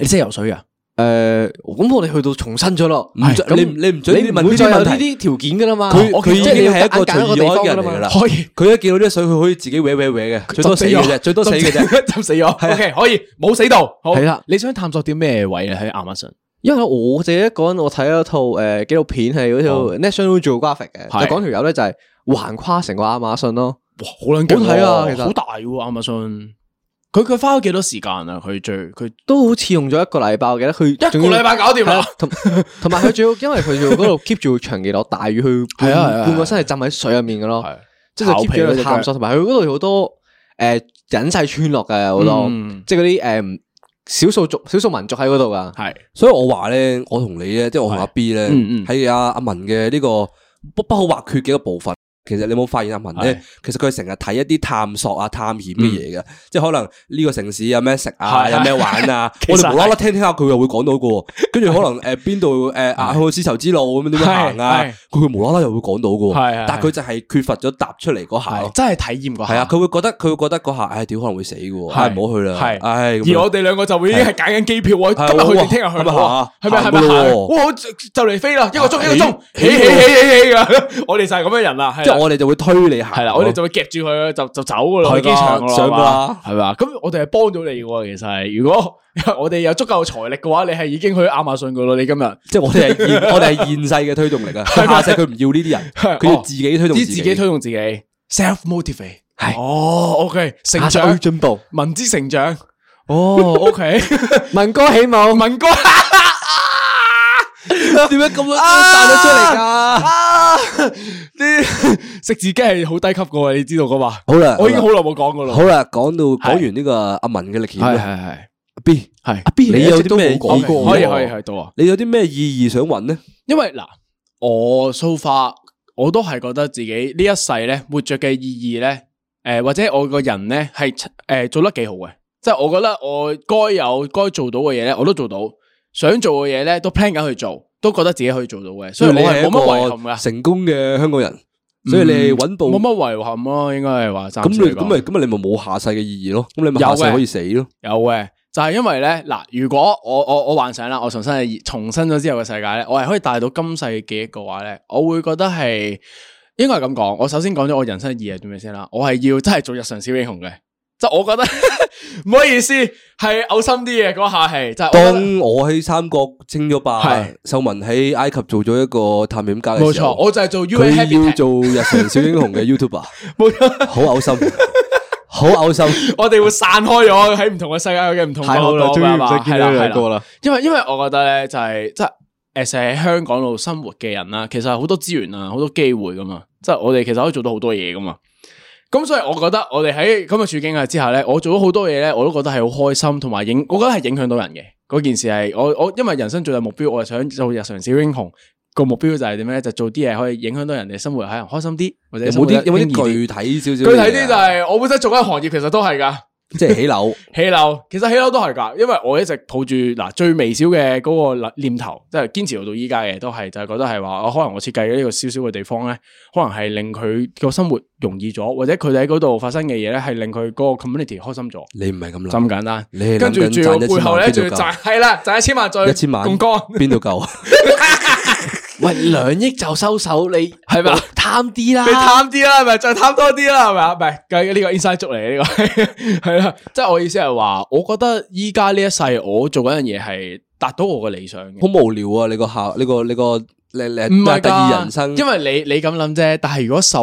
[SPEAKER 6] 你識游水啊？
[SPEAKER 4] 誒，咁我哋去到重新咗咯，
[SPEAKER 5] 唔准你你唔准
[SPEAKER 4] 你
[SPEAKER 5] 問
[SPEAKER 4] 唔會
[SPEAKER 5] 呢啲
[SPEAKER 4] 再有
[SPEAKER 5] 問題
[SPEAKER 4] 呢啲條件噶啦嘛。
[SPEAKER 5] 佢
[SPEAKER 4] 我
[SPEAKER 5] 佢已
[SPEAKER 4] 即係你
[SPEAKER 5] 經係一
[SPEAKER 4] 要
[SPEAKER 5] 個
[SPEAKER 4] 揀
[SPEAKER 5] 隨
[SPEAKER 4] 一個
[SPEAKER 5] 遇
[SPEAKER 4] 地
[SPEAKER 5] 安
[SPEAKER 4] 方㗎
[SPEAKER 5] 嘅人
[SPEAKER 4] 啦
[SPEAKER 5] 嚟噶
[SPEAKER 4] 嘛哦
[SPEAKER 5] 啦。
[SPEAKER 6] 可以，
[SPEAKER 5] 佢一見到啲水，佢可以自己搲搿搲嘅，最多死嘅啫，最多死嘅啫。
[SPEAKER 6] 啫，浸死 咗。O K，可以，冇死到。好
[SPEAKER 4] 啊係啦
[SPEAKER 6] 你想探索啲咩位啊？喺亞馬遜
[SPEAKER 4] 因為我自己一個人，我睇咗一套誒紀錄片，係嗰套 National Geographic 嘅，
[SPEAKER 6] 係
[SPEAKER 4] 就講條友咧就係橫跨成個亞馬遜咯。
[SPEAKER 6] 哇，好撚勁喎
[SPEAKER 4] 好睇啊其實
[SPEAKER 6] 好大喎亞馬遜。佢佢花咗幾多時間啊？佢最佢
[SPEAKER 4] 都好似用咗一個禮拜，我記得佢一
[SPEAKER 6] 一個禮拜搞掂啦。
[SPEAKER 4] 啊同同埋佢仲要，因為佢仲要嗰度 keep 住長期落大雨，去
[SPEAKER 6] 係啊係啊
[SPEAKER 4] 半個身係浸喺水入面嘅咯，即係
[SPEAKER 6] 刨
[SPEAKER 4] keep
[SPEAKER 6] 皮
[SPEAKER 4] 住喺
[SPEAKER 6] 嗰隻
[SPEAKER 4] 度探索，同埋佢嗰度好多誒隱世村落嘅好多
[SPEAKER 6] 嗯，
[SPEAKER 4] 即係嗰啲誒少數族、少數民族喺嗰度噶。
[SPEAKER 6] 係
[SPEAKER 5] 所以我話咧，我同你咧，即係我同阿 B 咧，
[SPEAKER 6] 嗯嗯
[SPEAKER 5] 喺阿阿文嘅呢個不不可或缺嘅一個部分。其實你有冇發現阿文咧，其實佢係成日睇一啲探索啊、探險嘅嘢嘅，即係可能呢個城市有咩食啊、
[SPEAKER 6] 嗯係
[SPEAKER 5] 有咩玩啊，
[SPEAKER 6] 其
[SPEAKER 5] 我
[SPEAKER 6] 實係
[SPEAKER 5] 哋無啦啦聽聽下佢又會講到嘅喎，跟住可能誒邊度誒啊去絲綢之路咁樣點樣行啊
[SPEAKER 6] 係係，
[SPEAKER 5] 佢佢無啦啦又會講到嘅
[SPEAKER 6] 係係
[SPEAKER 5] 喎，但係佢就係缺乏咗踏出嚟嗰下
[SPEAKER 6] 係
[SPEAKER 5] 咯。
[SPEAKER 6] 真係體驗過下。
[SPEAKER 5] 系啊，佢會覺得佢會覺得嗰下，唉，屌可能會死嘅喎，唉唔好去啦，
[SPEAKER 6] 係，
[SPEAKER 5] 唉，
[SPEAKER 6] 而我哋兩個就會已經係揀緊機票喎，
[SPEAKER 5] 係
[SPEAKER 6] 今日去定
[SPEAKER 5] 哇
[SPEAKER 6] 聽日去
[SPEAKER 5] 係咪
[SPEAKER 6] 咯喎，係
[SPEAKER 5] 行
[SPEAKER 6] 咪啊
[SPEAKER 5] 行
[SPEAKER 6] 係咪
[SPEAKER 5] 㗎
[SPEAKER 6] 行
[SPEAKER 5] 咯
[SPEAKER 6] 哇，好就嚟飛啦，一個鐘一個鐘，
[SPEAKER 5] 起
[SPEAKER 6] 起起起起起噶，我哋就係咁嘅人啦，
[SPEAKER 5] 即係我哋就會推你行。
[SPEAKER 6] 系啦，我哋就會夾住佢，就就走噶啦，
[SPEAKER 5] 係㗎
[SPEAKER 6] 去機場
[SPEAKER 5] 上㗎
[SPEAKER 6] 噶
[SPEAKER 5] 啦
[SPEAKER 6] 系嘛？咁我哋係幫到你嘅，其實係如果 我哋有足夠財力嘅話，你係已經去亞馬遜噶咯。你今日
[SPEAKER 5] 即係我 哋係現我哋係現世嘅推動力啊！下世佢唔要呢啲人，佢要自己推動
[SPEAKER 6] 知哦
[SPEAKER 5] 自
[SPEAKER 6] 自己
[SPEAKER 5] 己。
[SPEAKER 6] 推動自己，self motivate。系哦，OK，成
[SPEAKER 4] 要
[SPEAKER 5] 啊
[SPEAKER 6] 長
[SPEAKER 4] 進步。
[SPEAKER 6] 文之成長。哦 ，OK，
[SPEAKER 4] 文哥起舞，
[SPEAKER 6] 文哥，
[SPEAKER 5] 點解咁樣
[SPEAKER 6] 啊
[SPEAKER 5] 彈咗出嚟㗎？
[SPEAKER 6] 呢食自己係好低級噶喎，你知道噶嘛？
[SPEAKER 5] 好啦，
[SPEAKER 6] 我已經
[SPEAKER 5] 好
[SPEAKER 6] 好
[SPEAKER 5] 啦
[SPEAKER 6] 耐冇講噶啦。
[SPEAKER 5] 好啦，講到講完呢個阿文嘅歷險啦
[SPEAKER 6] 係係
[SPEAKER 5] 阿，B 系
[SPEAKER 6] 係
[SPEAKER 5] 阿 B，你有啲咩意
[SPEAKER 6] 講過，可以可以
[SPEAKER 5] 義？
[SPEAKER 6] 去到啊。
[SPEAKER 5] 你有啲咩意義想揾呢？
[SPEAKER 6] 因为嗱，我 so far 我都系觉得自己呢一世咧活着嘅意義咧，诶、或者我個人咧係诶做得幾好嘅，即係我覺得我該有該做到嘅嘢咧，我都做到，想做嘅嘢咧都 plan 緊去做，都覺得自己可以做到嘅，所以我係冇乜遺憾噶，
[SPEAKER 5] 成功嘅香港人，所以你揾部
[SPEAKER 6] 冇乜遺憾咯，應該係話
[SPEAKER 5] 咁
[SPEAKER 6] 暫
[SPEAKER 5] 你
[SPEAKER 6] 時嚟
[SPEAKER 5] 咁
[SPEAKER 6] 講
[SPEAKER 5] 咪咁咪你咪冇下世嘅意義咯？咁你
[SPEAKER 6] 有
[SPEAKER 5] 咪下世
[SPEAKER 6] 嘅
[SPEAKER 5] 可以死咯？
[SPEAKER 6] 有嘅，就係因為咧嗱，如果我我我幻想啦，我重新係重生咗之後嘅世界咧，我係可以帶到今世嘅記憶嘅話咧，我會覺得係應該係咁講。我首先講咗我人生嘅意義係做咩先啦，我係要真係做日常小英雄嘅，即係我覺得 唔好意思，係嘔心啲嘅嗰下係，就係我覺得
[SPEAKER 5] 當我喺三國稱咗霸
[SPEAKER 6] 係，
[SPEAKER 5] 秀文喺埃及做咗一個探險家嘅
[SPEAKER 6] 冇
[SPEAKER 5] 時候
[SPEAKER 6] 錯，，我就係做 U
[SPEAKER 5] 佢
[SPEAKER 6] A Happy
[SPEAKER 5] 要做日常小英雄嘅 YouTuber，
[SPEAKER 6] 冇錯
[SPEAKER 5] 好 嘔心，好嘔心。
[SPEAKER 6] 我哋會散開咗喺唔同嘅世界嘅唔同角落
[SPEAKER 4] 終於
[SPEAKER 6] 㗎
[SPEAKER 4] 唔
[SPEAKER 6] 嘛
[SPEAKER 4] 使見到你兩個啦。
[SPEAKER 6] 因為因為我覺得咧就係即係誒，成日喺香港度生活嘅人啦，啊其實係好多資源啊，好多機會噶嘛，即係我哋其實可以做到好多嘢噶嘛。咁所以我覺得我哋喺咁嘅處境之下咧，我做咗好多嘢咧，我都覺得係好開心，同埋影，我覺得係影響到人嘅嗰件事係我我因為人生最大目標，我係想做日常小英雄。個目標就係點咧？就做啲嘢可以影響到人哋生活，係人開心啲，或者
[SPEAKER 5] 有冇啲有冇
[SPEAKER 6] 生活
[SPEAKER 5] 啲
[SPEAKER 6] 得輕易
[SPEAKER 5] 具體少少
[SPEAKER 6] 具體
[SPEAKER 5] 嘅嘢啊？
[SPEAKER 6] 啲就係我本身做緊嘅行業，其實都係㗎。
[SPEAKER 5] 即係起樓，
[SPEAKER 6] 起樓，其實起樓都係㗎，因為我一直抱住嗱最微小嘅嗰個念頭，即係堅持到依家嘅，都係就係覺得係話，我可能我設計嘅呢個少少嘅地方咧，可能係令佢個生活容易咗，或者佢哋喺嗰度發生嘅嘢咧，係令佢嗰個 community 開心咗，就
[SPEAKER 5] 你唔係咁
[SPEAKER 6] 咁
[SPEAKER 5] 諗，
[SPEAKER 6] 簡單。
[SPEAKER 5] 你係
[SPEAKER 6] 跟住
[SPEAKER 5] 諗緊啊
[SPEAKER 6] 仲要
[SPEAKER 5] 賺一
[SPEAKER 6] 背
[SPEAKER 5] 千
[SPEAKER 6] 後
[SPEAKER 5] 萬
[SPEAKER 6] 咧，
[SPEAKER 5] 邊
[SPEAKER 6] 仲要
[SPEAKER 5] 度
[SPEAKER 6] 賺
[SPEAKER 5] 夠？
[SPEAKER 6] 係啦，賺一千萬再
[SPEAKER 5] 一千萬
[SPEAKER 6] 槓桿，
[SPEAKER 5] 邊度夠？
[SPEAKER 4] 喂，兩億就收手，你係
[SPEAKER 6] 咪啊
[SPEAKER 4] 貪啲啦？
[SPEAKER 6] 你貪啲啦，係咪再貪多啲啦，係咪啊？唔係，計呢個 inside 足嚟嘅呢個係 啦，即係我意思係話，我覺得依家呢一世我做緊樣嘢係達到我嘅理想嘅。
[SPEAKER 5] 好無聊啊！你個校，你個你個你你
[SPEAKER 6] 唔係
[SPEAKER 5] 第
[SPEAKER 6] 㗎
[SPEAKER 5] 二人生，
[SPEAKER 6] 因為你你咁諗啫。但係如果受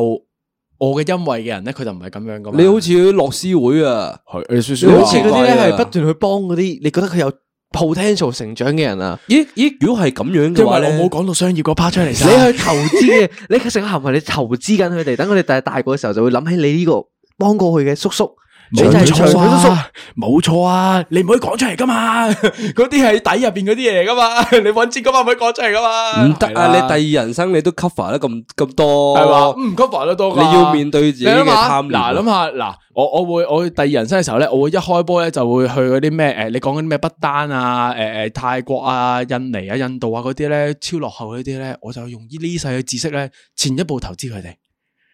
[SPEAKER 6] 我嘅恩惠嘅人咧，佢就唔係咁樣噶嘛。
[SPEAKER 5] 你好似樂施會啊，
[SPEAKER 4] 你好似嗰啲咧
[SPEAKER 5] 怪啊
[SPEAKER 4] 係不斷去幫嗰啲，你覺得佢有 potential 成長嘅人啊？
[SPEAKER 5] 咦咦，如果係咁樣
[SPEAKER 6] 因為
[SPEAKER 5] 嘅話咧，
[SPEAKER 6] 我冇講到商業嗰 part 出嚟
[SPEAKER 4] 你
[SPEAKER 6] 先。
[SPEAKER 4] 去投資嘅， 你嘅成個行為，你投資緊佢哋，等佢哋第日大個嘅時候就會諗起你呢個幫過佢嘅叔叔，你就係
[SPEAKER 6] 冇
[SPEAKER 4] 長佢
[SPEAKER 6] 錯
[SPEAKER 4] 叔叔。
[SPEAKER 6] 啊，冇錯啊，你唔可以講出嚟噶嘛， 嗰啲係底入邊嗰啲嘢嚟噶嘛， 你搵錢嗰晚唔可以講出嚟噶嘛，
[SPEAKER 5] 唔得
[SPEAKER 6] 係
[SPEAKER 5] 啊！你
[SPEAKER 6] 啦
[SPEAKER 5] 第二人生你都 cover 得咁咁多，
[SPEAKER 6] 係嘛，唔 cover 得多㗎
[SPEAKER 5] 你要面對自己
[SPEAKER 6] 你
[SPEAKER 5] 嘅
[SPEAKER 6] 諗下，
[SPEAKER 5] 貪念啊。
[SPEAKER 6] 嗱諗下，嗱我我會我會第二人生嘅時候咧，我會一開波咧就會去嗰啲咩誒，你講嗰啲咩不丹啊、誒、誒泰國啊、印尼啊、印度啊嗰啲咧，超落後嗰啲咧，我就用呢呢世嘅知識咧，前一步投資佢哋，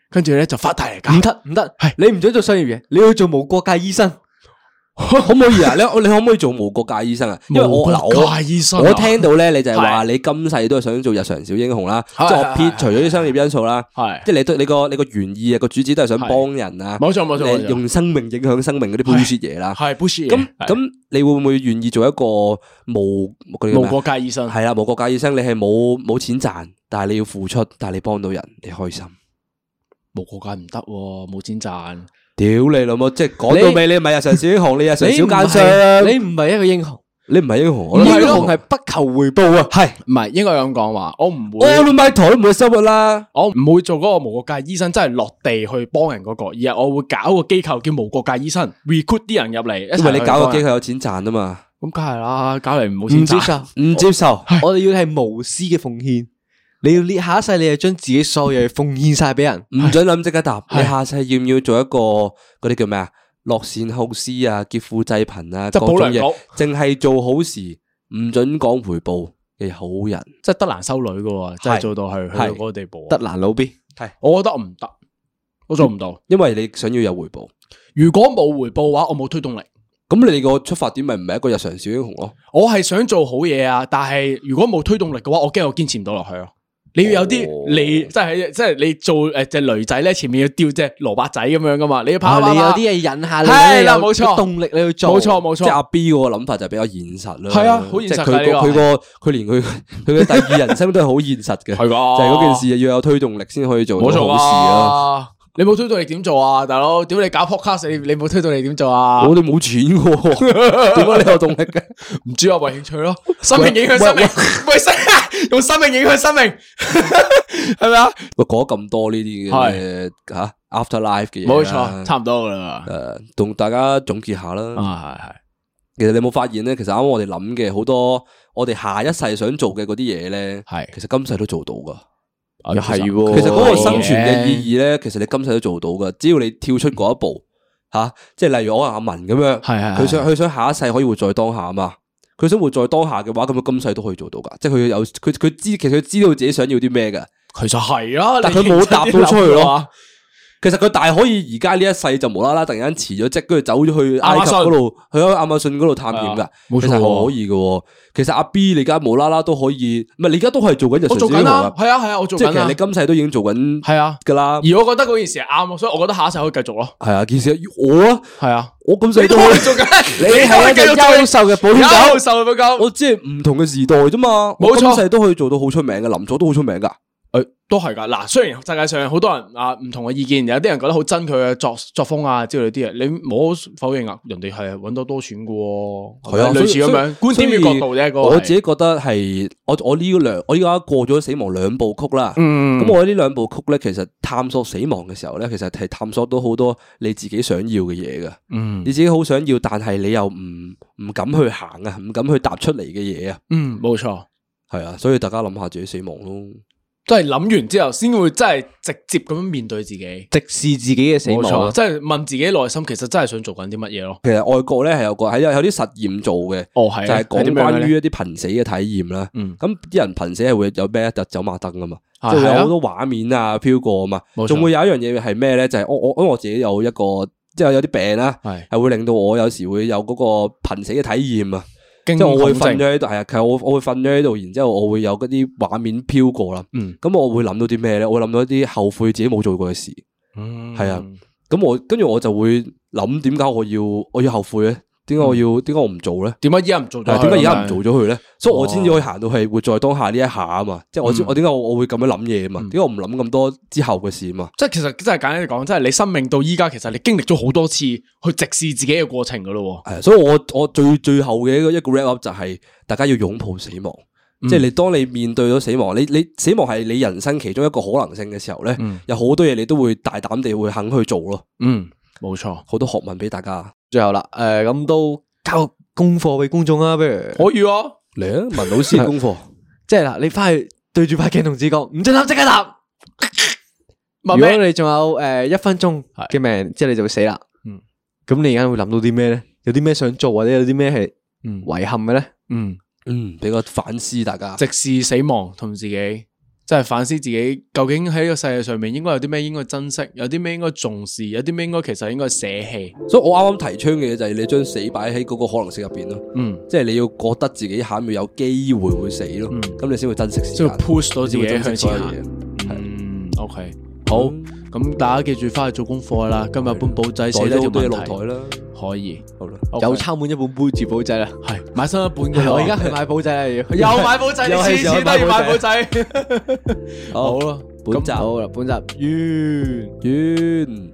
[SPEAKER 6] 跟住咧就發大嚟
[SPEAKER 4] 唔
[SPEAKER 6] 㗎。
[SPEAKER 4] 得唔得，係你唔想做商業嘢，你要做無國界醫 生。
[SPEAKER 5] 可唔可以啊？你你可唔可以做無國界醫 生啊？因為我
[SPEAKER 6] 無國
[SPEAKER 5] 嗱我
[SPEAKER 6] 界醫生啊
[SPEAKER 5] 我聽到咧，你就係
[SPEAKER 6] 係
[SPEAKER 5] 話你今世都係想做日常小英雄啦，即
[SPEAKER 6] 係
[SPEAKER 5] 係
[SPEAKER 6] 係
[SPEAKER 5] 我撇除咗啲商業因素啦，
[SPEAKER 6] 係
[SPEAKER 5] 即係你都你個你個原意啊個主旨都係想幫人啊，
[SPEAKER 6] 冇錯冇錯冇
[SPEAKER 5] 你
[SPEAKER 6] 錯
[SPEAKER 5] 用生命影響生命嗰啲 bullshit 嘢啦。
[SPEAKER 6] 係 Bush
[SPEAKER 5] 咁咁，你會唔會願意做一個無嗰啲
[SPEAKER 6] 無
[SPEAKER 5] 咩啊
[SPEAKER 6] 國界醫生
[SPEAKER 5] 係啦，無國界醫生，你係冇冇錢賺，但係你要付出，但係你幫到人，你開心。
[SPEAKER 6] 無國界唔得喎，冇錢賺。
[SPEAKER 5] 屌你老母！即係講到
[SPEAKER 4] 你
[SPEAKER 5] 尾，你唔係日常小英雄，你日常
[SPEAKER 4] 你
[SPEAKER 5] 小
[SPEAKER 4] 唔
[SPEAKER 5] 奸
[SPEAKER 4] 係
[SPEAKER 5] 商，
[SPEAKER 4] 你唔係一個英雄，
[SPEAKER 5] 你唔係英雄，我
[SPEAKER 4] 英
[SPEAKER 5] 覺得
[SPEAKER 4] 雄係不求回報啊。係
[SPEAKER 6] 唔係應該咁講話，我唔會。
[SPEAKER 5] 我都買台都唔會收屈啦。
[SPEAKER 6] 我唔會做嗰個無國界醫生，真係落地去幫人嗰、個，而係我會搞個機構叫無國界醫生，recruit 啲人入嚟，一
[SPEAKER 5] 因
[SPEAKER 6] 齊
[SPEAKER 5] 為你搞個機
[SPEAKER 6] 去
[SPEAKER 5] 構有錢賺啊嘛，
[SPEAKER 6] 幫人，咁梗係啦，搞嚟唔好
[SPEAKER 4] 唔
[SPEAKER 6] 錢
[SPEAKER 4] 接
[SPEAKER 6] 賺。
[SPEAKER 4] 受，
[SPEAKER 5] 唔接受。
[SPEAKER 4] 我哋要係無私嘅奉獻。你要列下一世，你就將自己所有嘢奉獻晒俾人。
[SPEAKER 5] 唔准諗即刻答。你下世要唔要做一個嗰啲叫咩啊？樂善好施啊，劫富濟貧啊，
[SPEAKER 6] 即係
[SPEAKER 5] 各種
[SPEAKER 6] 保良
[SPEAKER 5] 嘢
[SPEAKER 6] 局，
[SPEAKER 5] 淨係做好事，唔准講回報嘅好人。
[SPEAKER 6] 即係德蘭修女噶喎，真係做到去去到
[SPEAKER 5] 係
[SPEAKER 6] 嗰個地步。啊
[SPEAKER 4] 德，蘭老 B，
[SPEAKER 6] 我覺得唔得，我做唔到。
[SPEAKER 5] 因為你想要有回報，
[SPEAKER 6] 如果冇回報嘅話，我冇推動力。
[SPEAKER 5] 咁你個出發點咪唔係一個日常小英雄咯？
[SPEAKER 6] 我係想做好嘢啊，但係如果冇推動力嘅話，我驚我堅持唔到落去咯。你要有
[SPEAKER 4] 哦
[SPEAKER 6] 啲你即係即係你做诶只女仔咧，前面要吊只蘿蔔仔咁樣噶嘛，你要跑
[SPEAKER 4] 啊
[SPEAKER 6] 跑
[SPEAKER 4] 你有
[SPEAKER 6] 跑
[SPEAKER 4] 啲嘢引下你，
[SPEAKER 6] 係啦
[SPEAKER 4] 你有
[SPEAKER 6] 冇錯
[SPEAKER 4] 個動力你去做，
[SPEAKER 6] 冇錯冇
[SPEAKER 5] 即系阿
[SPEAKER 6] 錯，
[SPEAKER 5] B 嗰個諗法就比較現實啦。
[SPEAKER 6] 係啊好現實㗎
[SPEAKER 5] 即係
[SPEAKER 6] 呢
[SPEAKER 5] 佢個佢個佢連佢 佢嘅第二人生都係好現實嘅。
[SPEAKER 6] 係㗎啊
[SPEAKER 5] 就係嗰件事要有推動力先可以做
[SPEAKER 6] 冇
[SPEAKER 5] 到
[SPEAKER 6] 錯
[SPEAKER 5] 好事啊！
[SPEAKER 6] 啊！你冇推動力點做啊，大佬？屌你搞 podcast，你啊你冇推動力點做啊？
[SPEAKER 5] 我哋冇錢 喎，點解你有動力嘅？
[SPEAKER 6] 唔知啊，為興趣咯，生命影響生命， 喂生用生命影響生命，係咪啊？
[SPEAKER 5] 喂，講咁多呢啲嘅吓 after life 嘅嘢啦，
[SPEAKER 6] 冇錯，差唔多噶啦。
[SPEAKER 5] 诶，同大家總結下啦。
[SPEAKER 6] 啊，係係。
[SPEAKER 5] 其實你有冇發現咧？其實啱啱我哋諗嘅好多，我哋下一世想做嘅嗰啲嘢咧，
[SPEAKER 6] 係
[SPEAKER 5] 其實今世都做到噶。
[SPEAKER 4] 又係喎。
[SPEAKER 6] 哦
[SPEAKER 5] 其實嗰個生存嘅意義咧，其實你今世都做到噶，只要你跳出嗰一步吓、即係例如我阿文咁樣，
[SPEAKER 6] 係係係
[SPEAKER 5] 佢想佢想下一世可以活在當下啊嘛。佢想活在當下嘅話，咁佢今世都可以做到噶，即係佢有佢佢知其實佢知道自己想要啲咩噶，
[SPEAKER 6] 其實係啊，
[SPEAKER 5] 但
[SPEAKER 6] 你
[SPEAKER 5] 佢冇答到出去
[SPEAKER 6] 認真啲諗
[SPEAKER 5] 咯
[SPEAKER 6] 啊。
[SPEAKER 5] 其實佢大可以而家呢一世就無啦啦突然間辭咗職，跟住走咗去埃及
[SPEAKER 6] 亞馬遜
[SPEAKER 5] 嗰度，去咗亞馬遜嗰度探險
[SPEAKER 6] 係
[SPEAKER 5] 噶
[SPEAKER 6] 啊，冇錯
[SPEAKER 5] 其實係可以噶。其實阿 B 你而家無啦啦都可以，唔係你而家都係做緊日
[SPEAKER 6] 我
[SPEAKER 5] 常
[SPEAKER 6] 做
[SPEAKER 5] 生
[SPEAKER 6] 緊
[SPEAKER 5] 活
[SPEAKER 6] 啊
[SPEAKER 5] 啊，，
[SPEAKER 6] 係啊係啊，我做
[SPEAKER 5] 即係其
[SPEAKER 6] 緊
[SPEAKER 5] 實
[SPEAKER 6] 啊
[SPEAKER 5] 你，今世都已經做緊
[SPEAKER 6] 係啊。
[SPEAKER 5] 噶啦。
[SPEAKER 6] 而我覺得嗰件事係啱，所以我覺得下一世可以繼續咯。
[SPEAKER 5] 系啊，件事我啊，
[SPEAKER 6] 係啊，
[SPEAKER 5] 我咁
[SPEAKER 6] 你
[SPEAKER 5] 細
[SPEAKER 6] 都
[SPEAKER 5] 都
[SPEAKER 6] 可以
[SPEAKER 5] 可
[SPEAKER 6] 做緊，
[SPEAKER 5] 你係啊一
[SPEAKER 6] 繼
[SPEAKER 5] 個
[SPEAKER 6] 續
[SPEAKER 5] 優秀嘅保
[SPEAKER 6] 做
[SPEAKER 5] 險狗
[SPEAKER 6] 優秀嘅狗，
[SPEAKER 5] 我即係唔同嘅時代啫嘛，
[SPEAKER 6] 冇錯
[SPEAKER 5] 我今世都可以做到好出名嘅，林佐都好出名噶，
[SPEAKER 6] 誒呃都係㗎。嗱，雖然世界上好多人啊唔同嘅意見，有啲人覺得好憎佢嘅作作風啊之類啲嘢，你冇否認啊？人哋係揾多多選嘅喎，啊
[SPEAKER 5] 啊
[SPEAKER 6] 類似咁樣觀點與角度啫。嗰個係
[SPEAKER 5] 我自己覺得係我我呢兩我依家過咗死亡兩部曲
[SPEAKER 6] 嗯
[SPEAKER 5] 啦，嗯咁我呢兩部曲咧，其實探索死亡嘅時候咧，其實係探索到好多你自己想要嘅嘢噶，
[SPEAKER 6] 嗯
[SPEAKER 5] 你自己好想要，但係你又唔唔敢去行啊，唔敢去踏出嚟嘅嘢啊，
[SPEAKER 6] 嗯冇錯，
[SPEAKER 5] 係啊，所以大家諗下自己死亡咯，
[SPEAKER 6] 都係諗完之後先會真係直接咁樣面對自己。
[SPEAKER 4] 直視自己嘅死
[SPEAKER 5] 啊
[SPEAKER 6] 冇錯，
[SPEAKER 4] 亡。
[SPEAKER 6] 即係問自己內心其實真係想做緊啲乜嘢咯。
[SPEAKER 5] 其實外國咧係有個係有有啲實驗做嘅。
[SPEAKER 6] 哦，係
[SPEAKER 5] 就
[SPEAKER 6] 啊係
[SPEAKER 5] 係講
[SPEAKER 6] 點樣嘅
[SPEAKER 5] 關
[SPEAKER 6] 咧
[SPEAKER 5] 於一啲瀕死嘅體驗啦。
[SPEAKER 6] 嗯
[SPEAKER 5] 咁啲人瀕死係會有咩就走馬燈噶嘛，
[SPEAKER 6] 啊
[SPEAKER 5] 即係會
[SPEAKER 6] 係
[SPEAKER 5] 有
[SPEAKER 6] 啊
[SPEAKER 5] 好多畫面啊飄過啊嘛
[SPEAKER 6] 冇。錯
[SPEAKER 5] 仲會有一樣嘢係咩咧？就係我我因為我自己有一個即係有啲病啦，
[SPEAKER 6] 係
[SPEAKER 5] 係會令到我有時會有嗰個瀕死嘅體驗啊。
[SPEAKER 6] 驚
[SPEAKER 5] 即係我會
[SPEAKER 6] 恐
[SPEAKER 5] 瞓
[SPEAKER 6] 症
[SPEAKER 5] 咗喺度，係啊，其實我我會瞓咗喺度，然之後我會有嗰啲畫面飄過啦。
[SPEAKER 6] 嗯
[SPEAKER 5] 咁我會諗到啲咩咧？我會諗到一啲後悔自己冇做過嘅事。
[SPEAKER 6] 嗯
[SPEAKER 5] 係啊，咁我跟住我就會諗點解我要我要後悔咧？點解我
[SPEAKER 6] 嗯
[SPEAKER 5] 要點解我唔做咧？
[SPEAKER 6] 點解依家唔做咗
[SPEAKER 5] 但
[SPEAKER 6] 佢？
[SPEAKER 5] 係啊點解而家唔做咗佢咧？所以我先至可以行到係活在當下呢一下啊嘛，即係我知我點解我我會咁樣諗嘢啊嘛，點解我唔諗咁多之後嘅事啊嘛？
[SPEAKER 6] 即係其實真係簡單啲講，即係你生命到依家，其實你經歷咗好多次去直視自己嘅過程噶咯喎。
[SPEAKER 5] 係，所以我我最最後嘅一個一個 wrap up 就係大家要擁抱死亡，即係你當你面對咗死亡，你你死亡係你人生其中一個可能性嘅時候咧，有好多嘢你都會大膽地會肯去做咯，
[SPEAKER 6] 嗯，冇錯，
[SPEAKER 5] 好多學問俾大家。
[SPEAKER 4] 最後啦，誒咁都交功課俾觀眾啊，不如
[SPEAKER 6] 可以啊，
[SPEAKER 5] 嚟啊，文老師嘅功課，
[SPEAKER 4] 即係嗱，你翻去對住塊鏡同自己講，唔准諗，即刻 答。
[SPEAKER 6] 問
[SPEAKER 4] 如
[SPEAKER 6] 咩
[SPEAKER 4] 果你仲有誒一分鐘嘅命，即係你就會死啦。嗯，咁你而家會諗到啲咩咧？有啲咩想做或者有啲咩係遺憾嘅咧？
[SPEAKER 6] 嗯，
[SPEAKER 5] 嗯，俾個反思大家。
[SPEAKER 6] 直視死亡同自己，即係反思自己究竟喺呢個世界上面應該有啲咩應該珍惜，有啲咩應該重視，有啲咩應該其實應該捨棄。
[SPEAKER 5] 所以我啱啱提倡嘅嘢就係你將死擺喺嗰個可能性入邊咯。
[SPEAKER 6] 嗯，
[SPEAKER 5] 即係你要覺得自己下一秒有機會會死咯，咁、你先會珍惜時
[SPEAKER 6] 即
[SPEAKER 5] 間，
[SPEAKER 6] 係 push 到自
[SPEAKER 5] 先會
[SPEAKER 6] 己
[SPEAKER 5] 珍
[SPEAKER 6] 向前
[SPEAKER 5] 惜所有嘢
[SPEAKER 6] 行。。嗯，OK，好，咁大家記住翻去做功課啦。今日本簿仔
[SPEAKER 5] 袋
[SPEAKER 6] 寫
[SPEAKER 5] 咗
[SPEAKER 6] 咗
[SPEAKER 5] 好
[SPEAKER 6] 條
[SPEAKER 5] 多嘢
[SPEAKER 6] 問
[SPEAKER 5] 落
[SPEAKER 6] 題，
[SPEAKER 5] 台啦，
[SPEAKER 6] 可以
[SPEAKER 5] 好啦。
[SPEAKER 4] 有抄滿一本杯住簿仔啦。
[SPEAKER 6] 係買新一本嘅
[SPEAKER 4] 係
[SPEAKER 5] 啊
[SPEAKER 6] 喎。
[SPEAKER 4] 我而家去買簿仔啦，要
[SPEAKER 6] 又買簿仔，你
[SPEAKER 4] 又係
[SPEAKER 6] 次
[SPEAKER 4] 時候
[SPEAKER 6] 次都
[SPEAKER 4] 買
[SPEAKER 6] 要買
[SPEAKER 4] 簿
[SPEAKER 6] 簿仔。
[SPEAKER 5] 好
[SPEAKER 4] 啦，
[SPEAKER 5] 本集
[SPEAKER 4] 咁好啦，本集完。
[SPEAKER 5] 完。